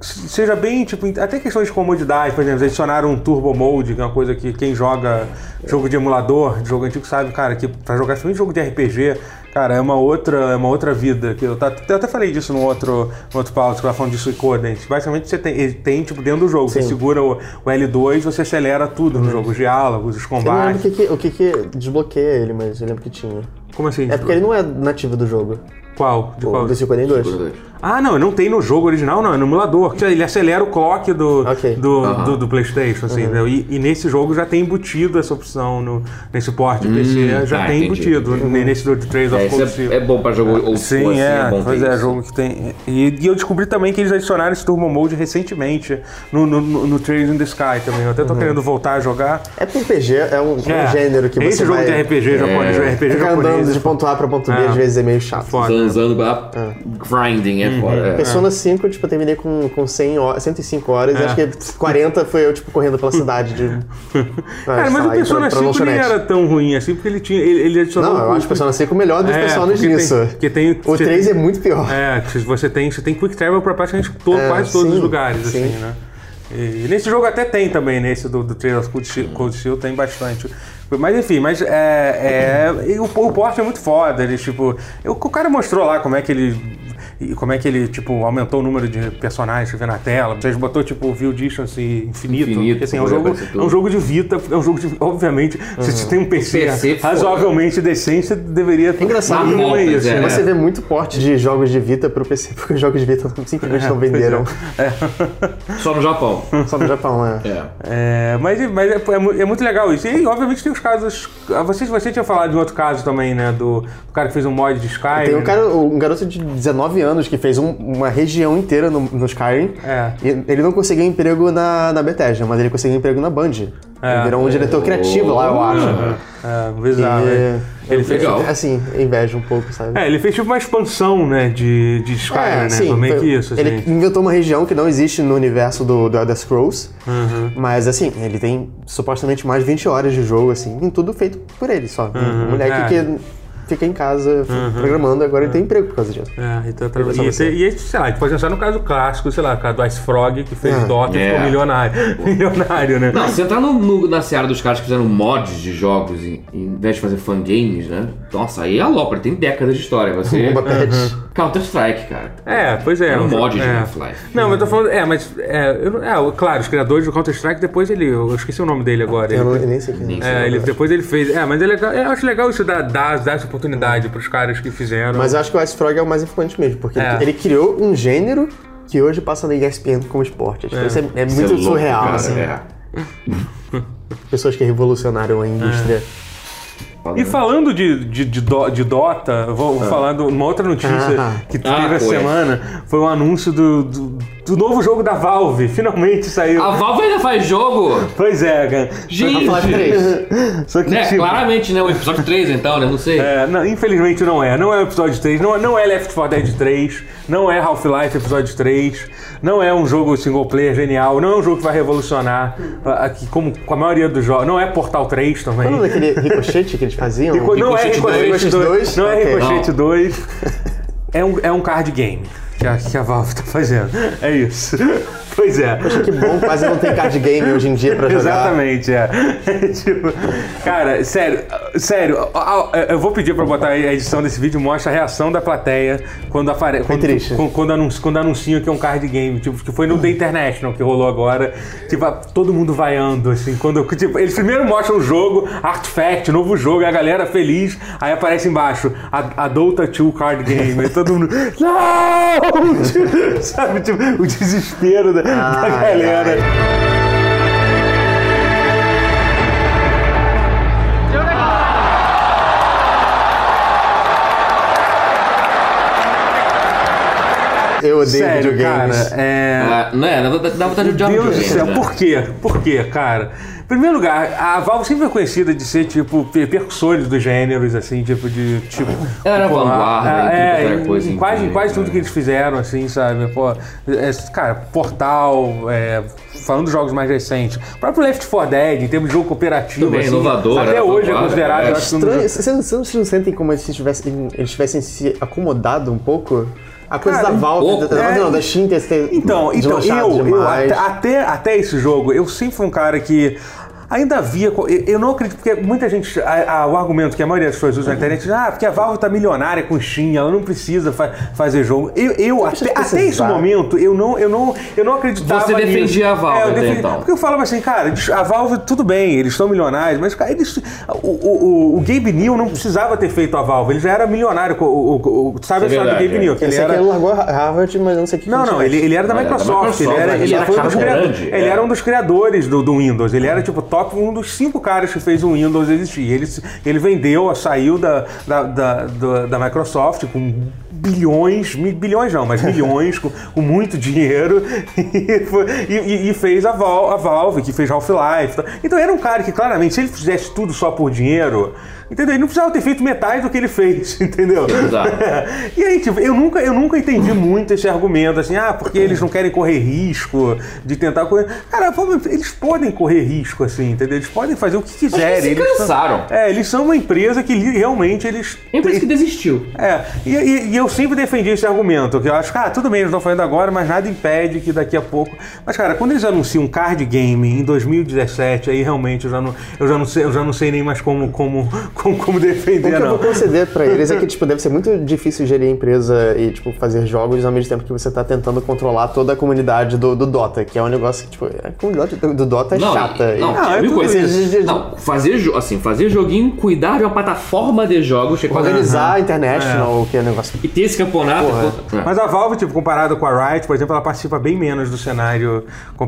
Speaker 2: seja bem, tipo, até questões de comodidade, por exemplo, eles adicionaram um Turbo Mode, que é uma coisa que quem joga jogo de emulador, de jogo antigo, sabe, cara, que pra jogar somente jogo de RPG, cara, é uma outra, é uma outra vida. Que eu, tá- eu até falei disso no outro, no outro pauta, que eu falando de Suicodens. Basicamente, você tem, ele tem, tipo, dentro do jogo, você
Speaker 3: Sim.
Speaker 2: segura o, o L2, você acelera tudo no jogo, os diálogos, os
Speaker 3: Eu não lembro o
Speaker 2: combates.
Speaker 3: que, que- o que, que desbloqueia ele, mas eu lembro que tinha.
Speaker 2: Como assim?
Speaker 3: É porque ele não é nativo do jogo,
Speaker 2: Qual? De
Speaker 3: o
Speaker 2: qual?
Speaker 3: do 52.
Speaker 2: Ah, não, não tem no jogo original, não, é no emulador. que Ele acelera o clock do,
Speaker 3: Ok.
Speaker 2: do, do, do PlayStation, assim, entendeu? E, e nesse jogo já tem embutido essa opção no, nesse porte de
Speaker 3: Hum,
Speaker 2: PC, já
Speaker 1: tá,
Speaker 2: tem
Speaker 1: entendi,
Speaker 2: embutido nesse do Trails
Speaker 1: É,
Speaker 2: of Cold
Speaker 1: isso
Speaker 2: Steel.
Speaker 1: é, é bom pra jogo old
Speaker 2: Sim,
Speaker 1: school, assim,
Speaker 2: é,
Speaker 1: bom
Speaker 2: pois
Speaker 1: ter
Speaker 2: é,
Speaker 1: isso.
Speaker 2: jogo que tem. E, e eu descobri também que eles adicionaram esse Turbo Mode recentemente no, no, no, no Trails in the Sky também. Eu até tô querendo voltar a jogar.
Speaker 3: É porque RPG é um, Uhum. é um gênero que
Speaker 2: Esse
Speaker 3: você
Speaker 2: jogo
Speaker 3: vai
Speaker 2: de RPG japonês,
Speaker 1: É.
Speaker 2: RPG
Speaker 3: ficar andando
Speaker 2: japonês.
Speaker 3: de ponto A pra ponto B,
Speaker 2: É.
Speaker 3: às vezes é meio chato.
Speaker 2: Foda. Uhum.
Speaker 1: Zanzando, ah, grinding, é foda. é.
Speaker 3: Persona 5, tipo, eu terminei com, com 100 horas, 105 horas,
Speaker 2: É.
Speaker 3: e acho que 40 foi eu, tipo, correndo pela cidade de.
Speaker 2: Cara, mas o
Speaker 3: então,
Speaker 2: Persona 5 nem era tão ruim assim, porque ele tinha. Ele, ele adicionou.
Speaker 3: Não, eu
Speaker 2: um
Speaker 3: acho o Persona 5 o melhor dos
Speaker 2: É,
Speaker 3: Personas
Speaker 2: porque tem-
Speaker 3: nisso.
Speaker 2: porque tem-
Speaker 3: o 3 é muito pior.
Speaker 2: É, que você tem, você tem quick travel pra praticamente to-
Speaker 3: É,
Speaker 2: quase todos
Speaker 3: sim,
Speaker 2: os lugares,
Speaker 3: sim.
Speaker 2: assim, né? E, e nesse jogo até tem também, nesse do, do Trail of Cold Steel, Cold Steel tem bastante. Mas enfim, mas é, é, e o, o porte é muito foda, ele, tipo, eu- o cara mostrou lá como é que ele e como é que ele, tipo, aumentou o número de personagens que vê na tela. Vocês botou, tipo, view distance infinito.
Speaker 1: Infinito,
Speaker 2: Porque, assim, é um
Speaker 1: pode
Speaker 2: jogo,
Speaker 1: aparecer
Speaker 2: é
Speaker 1: tudo.
Speaker 2: um jogo de Vita, é um jogo de, obviamente, se você tem um PC,
Speaker 1: PC, foda.
Speaker 2: razoavelmente decente, você deveria
Speaker 1: É
Speaker 2: ter
Speaker 3: engraçado
Speaker 2: mínimo
Speaker 1: como-
Speaker 2: isso,
Speaker 1: é.
Speaker 2: né?
Speaker 3: Você vê muito porte de jogos de Vita pro PC, porque os jogos de Vita
Speaker 2: É,
Speaker 3: simplesmente não venderam.
Speaker 1: Só no Japão.
Speaker 3: Só no Japão, é.
Speaker 1: É.
Speaker 2: É, mas mas é, é mu- é muito legal isso. E aí, obviamente, tem os casos. ah, Você, você tinha falado de um outro caso também, né? Do, do cara que fez um mod de Skyrim. né?
Speaker 3: Tem um, cara, um garoto de 19 anos que fez um- uma região inteira no, no Skyrim.
Speaker 2: É.
Speaker 3: E ele não conseguiu emprego na, na Bethesda, mas ele conseguiu emprego na Band. Ele virou um diretor criativo lá,
Speaker 2: Ah.
Speaker 3: eu acho.
Speaker 2: É, bizarro.
Speaker 3: E-
Speaker 2: né? Ele fez.
Speaker 1: Legal.
Speaker 3: Assim, inveja um pouco, sabe?
Speaker 2: É, ele fez tipo uma expansão, né? De, de Skyrim, né? Foi meio que isso, assim.
Speaker 3: É, ele inventou uma região que não existe no universo do, do Elder Scrolls,
Speaker 2: Uhum.
Speaker 3: mas assim, ele tem supostamente mais 20 horas de jogo, assim, e tudo feito por ele só. Um moleque
Speaker 2: é. Uhum.
Speaker 3: que fica em casa programando, agora ele tem emprego por causa disso.
Speaker 2: É, então, tá-
Speaker 3: Ele vai
Speaker 2: e,
Speaker 3: só
Speaker 2: e, e, sei lá, a gente pode pensar no caso clássico, sei lá, o cara do Ice Frog, que fez
Speaker 3: É.
Speaker 2: Dota e
Speaker 1: É.
Speaker 2: ficou milionário. milionário, né?
Speaker 1: Não, você entrar no, no- na seara dos caras que fizeram mods de jogos em, em vez de fazer fangames, né? Nossa, aí é a Lopra, tem décadas de história. Você.
Speaker 3: Uma pet.
Speaker 2: Uhum.
Speaker 1: Counter-Strike, cara.
Speaker 2: É, pois é.
Speaker 1: É um
Speaker 2: Eu-
Speaker 1: mod de
Speaker 2: é.
Speaker 1: Half-Life.
Speaker 2: Não, mas eu tô falando. É, mas. É, eu não- é, o- claro, os criadores do Counter-Strike, depois ele. Eu esqueci o nome dele agora.
Speaker 3: Eu
Speaker 2: ele-
Speaker 3: não, eu nem sei quem
Speaker 1: Nem
Speaker 3: é.
Speaker 1: sei.
Speaker 2: É, ele, depois ele fez. É, mas é legal, eu acho legal isso dar, dar, dar essa oportunidade pros caras que fizeram.
Speaker 3: Mas eu acho que o Ice Frog é o mais influente mesmo, porque
Speaker 2: É.
Speaker 3: ele, ele criou um gênero que hoje passa na ESPN como esporte. Acho que Isso é, é
Speaker 1: Isso é
Speaker 3: muito
Speaker 1: louco,
Speaker 3: surreal,
Speaker 1: cara,
Speaker 3: assim.
Speaker 1: é.
Speaker 3: Pessoas que revolucionaram a indústria.
Speaker 2: E falando de, de, de, Do- de Dota, eu vou, vou falar de uma outra notícia
Speaker 3: Ah.
Speaker 2: que teve
Speaker 1: Ah,
Speaker 2: essa
Speaker 1: pois.
Speaker 2: semana. Foi um anúncio do, do, do novo jogo da Valve. Finalmente saiu.
Speaker 1: A Valve ainda faz jogo?
Speaker 2: Pois é, cara.
Speaker 1: Gente!
Speaker 2: Só que
Speaker 1: Né,
Speaker 2: tipo,
Speaker 1: claramente, né? O episódio 3, então, né? Não sei.
Speaker 2: É, não, infelizmente não é. Não é o episódio 3, não é, não é Left 4 Dead 3, não é Half-Life episódio 3, não é um jogo single player genial, não é um jogo que vai revolucionar ah, aqui, como com a maioria dos jogos. Não é Portal 3 também.
Speaker 3: Lembra daquele ricochete que eles faziam?
Speaker 2: Rico- não é Ricochete
Speaker 3: Ricochete
Speaker 2: 2,
Speaker 3: dois?
Speaker 2: não é
Speaker 3: Ok.
Speaker 2: Ricochete
Speaker 1: Não.
Speaker 2: 2. É um, é um card game que a, que a Valve tá fazendo. É isso. Pois é.
Speaker 3: Que bom, quase não tem card game hoje em dia pra jogar.
Speaker 2: Exatamente, é. Tipo, cara, sério, sério, a- a- eu vou pedir pra botar aí a edição desse vídeo, mostra a reação da plateia quando aparece. Quando,
Speaker 3: triste.
Speaker 2: quando, quando, anuncio, quando anunciam que é um card game, tipo, que foi no The International que rolou agora. Tipo, a- todo mundo vaiando, assim, quando. Tipo, eles primeiro mostram o jogo, Artifact, novo jogo, e a galera feliz, aí aparece embaixo, a, a Dota 2 Card Game, e todo mundo. Não! Tipo, sabe, tipo, o desespero da, da
Speaker 3: Ai,
Speaker 2: galera.
Speaker 3: Eu odeio
Speaker 2: Sério,
Speaker 3: videogames.
Speaker 2: cara, é,
Speaker 1: Ah, né? Dá, dá- dá vontade de odiar
Speaker 2: Deus do
Speaker 1: videogame,
Speaker 2: céu,
Speaker 1: né?
Speaker 2: por quê? Por quê, cara? Em primeiro lugar, a Valve sempre é conhecida de ser, tipo, pe- percussores dos gêneros, assim, tipo, de, tipo...
Speaker 1: Era
Speaker 2: pô,
Speaker 1: vanguarda,
Speaker 2: a-
Speaker 1: né,
Speaker 2: é,
Speaker 1: tudo que era
Speaker 2: em-
Speaker 1: coisa
Speaker 2: em
Speaker 1: em
Speaker 2: quase, em
Speaker 1: inglês,
Speaker 2: quase
Speaker 1: né?
Speaker 2: tudo que eles fizeram, assim, sabe? Pô, é, cara, Portal, é, falando dos jogos mais recentes, o próprio Left 4 Dead, em termos de jogo cooperativo,
Speaker 1: Também,
Speaker 2: assim,
Speaker 1: inovador,
Speaker 2: até
Speaker 1: era
Speaker 2: hoje é
Speaker 1: vanguarda,
Speaker 2: considerado,
Speaker 1: é.
Speaker 2: eu acho, um dos-
Speaker 3: Estranho, vocês vocês não sentem como se tivessem, eles tivessem se acomodado um pouco? A coisa
Speaker 2: Cara,
Speaker 3: da
Speaker 2: um
Speaker 3: Valve,
Speaker 1: pouco.
Speaker 3: da, da Valve
Speaker 2: É.
Speaker 3: não, da Steam ter- ter
Speaker 2: Então, então
Speaker 3: deslanchado
Speaker 2: eu, eu
Speaker 3: demais.
Speaker 2: até, até, até esse jogo, eu sempre fui um cara que ainda havia. co- Eu, eu não acredito, porque muita gente. a- a- o argumento que a maioria das pessoas
Speaker 3: Uhum.
Speaker 2: usa na internet é ah, porque a Valve tá milionária com Steam, ela não precisa fa- fazer jogo. Eu, eu até,
Speaker 3: precisa
Speaker 2: até esse
Speaker 3: precisar.
Speaker 2: momento, eu não, eu não, eu não acreditava.
Speaker 1: Você defendia
Speaker 2: nisso.
Speaker 1: a Valve
Speaker 2: É, eu
Speaker 1: até
Speaker 2: defendi-
Speaker 1: então.
Speaker 2: Porque eu falava assim, cara, eles- a Valve, tudo bem, eles estão milionários, mas cara, eles, o, o- o- o Gabe Neal não precisava ter feito a Valve, ele já era milionário. com O, o- o- sabe
Speaker 1: Isso é
Speaker 2: a história do
Speaker 1: verdade,
Speaker 2: Gabe
Speaker 1: é.
Speaker 2: Neal? que ele
Speaker 3: Esse aqui
Speaker 2: era-
Speaker 3: ele largou a Harvard, mas eu não sei o que
Speaker 2: não,
Speaker 3: que
Speaker 2: não,
Speaker 3: fez.
Speaker 2: ele, ele era da
Speaker 1: Ele era da
Speaker 2: Microsoft.
Speaker 1: Microsoft,
Speaker 2: Ele era,
Speaker 1: ele
Speaker 2: ele
Speaker 1: era
Speaker 2: foi um dos
Speaker 1: cara
Speaker 2: criadores.
Speaker 1: grande, Uhum.
Speaker 2: ele
Speaker 1: é.
Speaker 2: era um dos criadores do, do Windows. Ele era, tipo, top, um dos cinco caras que fez o Windows existir. Ele, se- ele vendeu, saiu da, da, da, da- da Microsoft com bilhões, mi- bilhões não, mas milhões, com, com muito dinheiro, e, foi- e- e- e fez a, Val- a Valve, que fez Half-Life. tá? Então era um cara que, claramente, se ele fizesse tudo só por dinheiro, entendeu? Ele não precisava ter feito metade do que ele fez, entendeu?
Speaker 1: Exato.
Speaker 2: E aí, tipo, eu nunca, eu nunca entendi muito esse argumento, assim, ah, porque eles não querem correr risco de tentar correr. Cara, pô, eles podem correr risco, assim, entendeu? Eles podem fazer o que
Speaker 1: Eles
Speaker 2: quiserem.
Speaker 1: se
Speaker 2: eles são,
Speaker 1: cansaram.
Speaker 2: é, eles são uma empresa que li- realmente eles.
Speaker 1: É uma empresa que
Speaker 2: têm-
Speaker 1: desistiu.
Speaker 2: É, e, e- e eu sempre defendi esse argumento, que eu acho, cara, tudo bem, eles estão fazendo agora, mas nada impede que daqui a pouco. Mas, cara, quando eles anunciam um card game em 2017, aí realmente eu já não, eu já não, sei, eu já não sei nem mais como, como, como, como
Speaker 3: O que
Speaker 2: defender,
Speaker 3: eu
Speaker 2: não.
Speaker 3: vou conceder pra eles é que, tipo, deve ser muito difícil gerir a empresa e, tipo, fazer jogos ao mesmo tempo que você tá tentando controlar toda a comunidade do, do Dota, que é um negócio que, tipo, a comunidade do, do Dota é chata.
Speaker 1: e- Não,
Speaker 2: Ah,
Speaker 1: tinha
Speaker 2: é
Speaker 1: mil
Speaker 2: tudo
Speaker 1: coisas.
Speaker 3: isso.
Speaker 1: Não, fazer, jo- assim, fazer joguinho, cuidar de uma plataforma de jogos, que é quase-
Speaker 3: Organizar a International, que é um negócio...
Speaker 1: e ter esse campeonato.
Speaker 3: Porra.
Speaker 1: pô- É.
Speaker 2: Mas a Valve, tipo, comparada com a Riot, por exemplo, ela participa bem menos do cenário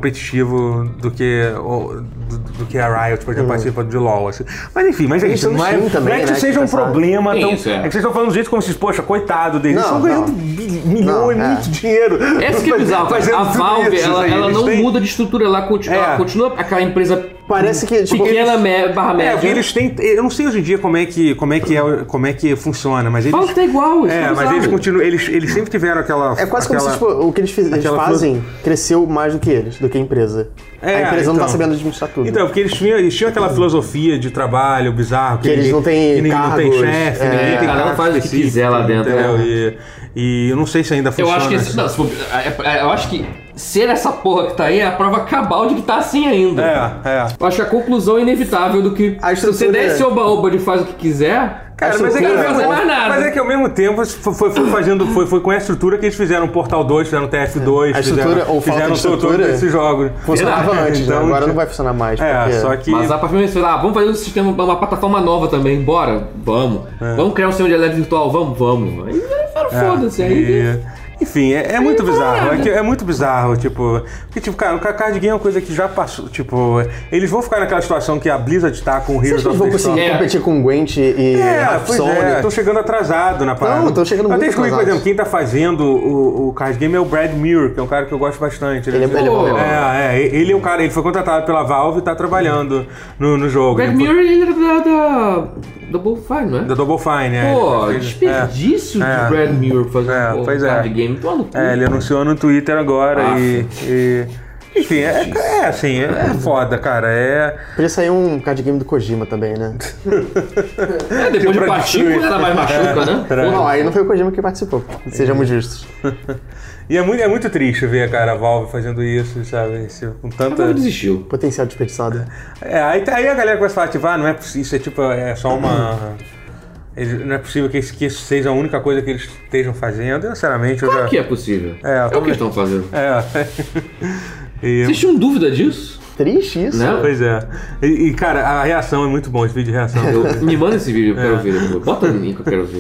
Speaker 2: competitivo do que, o- do, do que a Riot, por exemplo, participa de LoL. assim. Mas enfim, mas é isso.
Speaker 3: estão
Speaker 2: Não é,
Speaker 3: no Steam
Speaker 2: não é
Speaker 3: Uhum. também,
Speaker 2: que isso
Speaker 3: né,
Speaker 2: seja
Speaker 3: que
Speaker 2: um
Speaker 3: pensaram.
Speaker 2: problema.
Speaker 1: Tem
Speaker 2: Tão,
Speaker 1: isso, é.
Speaker 2: é. que vocês estão falando do jeito como se, poxa, coitado deles.
Speaker 3: Não,
Speaker 2: Eles estão ganhando
Speaker 3: não.
Speaker 2: bi- milhões,
Speaker 3: Não, é.
Speaker 2: muito dinheiro.
Speaker 1: Essa que é bizarro, cara.
Speaker 2: Fazendo
Speaker 1: A
Speaker 2: tudo
Speaker 1: Valve,
Speaker 2: isso,
Speaker 1: ela,
Speaker 2: assim,
Speaker 1: ela
Speaker 2: eles
Speaker 1: não
Speaker 2: têm-
Speaker 1: muda de estrutura, ela continua,
Speaker 2: É.
Speaker 1: ela continua aquela empresa
Speaker 3: Parece que, tipo...
Speaker 1: pequena, me- barra
Speaker 2: É,
Speaker 1: média.
Speaker 2: porque eles têm. Eu não sei hoje em dia como é que, como é que, é, como é que funciona, mas eles.
Speaker 1: Fala que tá igual, isso
Speaker 2: É,
Speaker 1: tá
Speaker 2: mas
Speaker 1: bizarro.
Speaker 2: eles continuam. Eles, eles sempre tiveram aquela.
Speaker 3: É quase
Speaker 2: aquela...
Speaker 3: como se tipo, o que eles, fiz- eles
Speaker 2: aquela
Speaker 3: fazem cresceu mais do que eles, do que a empresa.
Speaker 2: É,
Speaker 3: a empresa não
Speaker 2: então.
Speaker 3: tá sabendo administrar tudo.
Speaker 2: Então, porque eles tinham, eles tinham aquela filosofia de trabalho bizarro, que,
Speaker 3: Que eles não têm
Speaker 2: que ninguém não tem
Speaker 3: cargos,
Speaker 2: chefe,
Speaker 3: é,
Speaker 2: ninguém tem
Speaker 1: cada um
Speaker 2: cargo
Speaker 1: faz o que
Speaker 2: específico,
Speaker 1: quiser lá dentro,
Speaker 2: entendeu?
Speaker 1: né?
Speaker 2: E, e eu não sei se ainda
Speaker 1: Eu
Speaker 2: funciona.
Speaker 1: acho que esse-
Speaker 2: assim.
Speaker 1: não, se for- é- é- eu acho que ser essa porra que tá aí é a prova cabal de que tá assim ainda.
Speaker 2: É, é.
Speaker 1: Eu acho que a conclusão inevitável do que
Speaker 3: A
Speaker 1: se você
Speaker 3: estrutura-
Speaker 1: der esse oba-oba de faz o que quiser,
Speaker 2: Cara, mas é, que,
Speaker 1: não
Speaker 2: ao
Speaker 1: vai fazer
Speaker 2: mesmo-
Speaker 1: mais nada.
Speaker 2: mas é que ao mesmo tempo foi, foi- foi fazendo, foi, foi com a estrutura que eles fizeram o Portal 2, fizeram o TF2,
Speaker 3: A estrutura
Speaker 2: fizeram,
Speaker 3: ou falta
Speaker 2: fizeram
Speaker 3: de
Speaker 2: todo- todo
Speaker 3: estrutura
Speaker 2: esse jogo.
Speaker 3: Funcionava
Speaker 2: Verdade.
Speaker 3: antes, né?
Speaker 2: Então,
Speaker 3: agora não vai funcionar mais.
Speaker 2: É,
Speaker 3: porque-
Speaker 2: só que.
Speaker 1: Mas a partir do momento que você fala, ah, vamos fazer um sistema, uma plataforma nova também, bora, vamos.
Speaker 2: É.
Speaker 1: Vamos criar um sistema de LED virtual, vamos, vamos. Aí era foda-se, é aí.
Speaker 2: Ah, E- um enfim, é, é muito bizarro. É, que- é muito bizarro, tipo. Porque, tipo, cara, o card game é uma coisa que já passou. Tipo, eles vão ficar naquela situação que a Blizzard tá com o
Speaker 3: Vocês
Speaker 2: Heroes
Speaker 3: acham
Speaker 2: of
Speaker 3: que eles vão
Speaker 2: the Storm.
Speaker 3: conseguir
Speaker 1: É.
Speaker 3: competir com Gwent e né?
Speaker 2: É, pois
Speaker 3: Sony?
Speaker 2: é, tô chegando atrasado na parada.
Speaker 3: Não, tô chegando
Speaker 2: Até
Speaker 3: muito
Speaker 2: excluí, por
Speaker 3: atrasado.
Speaker 2: exemplo, quem tá fazendo o, o card game é o Brad Muir, que é um cara que eu gosto bastante.
Speaker 3: Ele é- ele é bom, ele é bom.
Speaker 2: é, é, ele é um cara, ele foi contratado pela Valve e tá trabalhando no, no jogo.
Speaker 1: O Black
Speaker 2: Ele foi-
Speaker 1: Mirror ele era da. da. da Bullfire, não é?
Speaker 2: Da Double Fine, é.
Speaker 1: Pô,
Speaker 2: Ele- é.
Speaker 1: desperdício
Speaker 2: É.
Speaker 1: de Brad Mirror fazer
Speaker 2: É,
Speaker 1: um
Speaker 2: pois é.
Speaker 1: card game. Tô maluco.
Speaker 2: É, ele anunciou no Twitter agora
Speaker 1: Ah,
Speaker 2: e, e- Enfim, é, é assim, é, é foda, cara. É.
Speaker 3: Podia sair um card game do Kojima também, né?
Speaker 1: É, depois de
Speaker 2: pra
Speaker 1: Pachico,
Speaker 2: destruir.
Speaker 1: nada mais machuca, né?
Speaker 2: Pra-
Speaker 3: Não, aí não foi o Kojima que participou, sejamos justos.
Speaker 2: E é muito, é muito triste ver, cara, a Valve fazendo isso, sabe? Esse- com
Speaker 1: Pô, Agora
Speaker 2: tanta.
Speaker 1: desistiu.
Speaker 3: Potencial desperdiçado.
Speaker 2: É, aí, aí a galera começa a falar, tipo, ah, não é possível, isso é tipo, é só uma. eles- Não é possível que isso, que isso seja a única coisa que eles estejam fazendo. Eu, sinceramente, eu
Speaker 1: Claro
Speaker 2: já.
Speaker 1: que é possível.
Speaker 2: É,
Speaker 1: É, o que
Speaker 2: também.
Speaker 1: estão fazendo.
Speaker 2: É. E-
Speaker 1: Vocês tinham dúvida disso?
Speaker 3: Triste isso.
Speaker 1: Né?
Speaker 2: pois é. E, e, cara, a reação é muito bom, esse vídeo de reação.
Speaker 1: Eu- me manda esse vídeo, eu
Speaker 2: É.
Speaker 1: quero ver. depois. Bota no link, eu quero ver.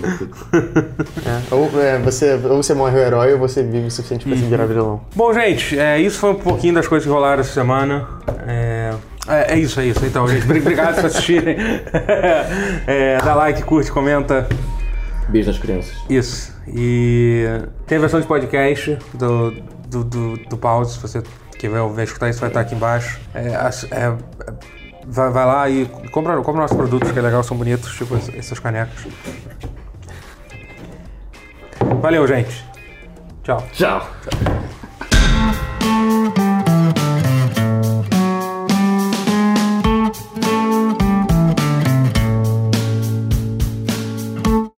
Speaker 3: É, ou, é, você, ou você morre o herói ou você vive o suficiente pra se
Speaker 2: Uhum.
Speaker 3: virar vilão.
Speaker 2: Bom, gente, é, isso foi um pouquinho das coisas que rolaram essa semana. É, é, é isso, é isso. Então, gente, obrigado por assistirem. É, dá like, curte, comenta.
Speaker 1: Beijo nas crianças.
Speaker 2: Isso. E tem a versão de podcast do, do, do, do Bowser, se você que vai, vai escutar isso, vai estar aqui embaixo. É, as- é, vai, vai lá e compra, compra nossos produtos, que é legal, são bonitos, tipo es- essas canecas. Valeu, gente. Tchau.
Speaker 1: Tchau.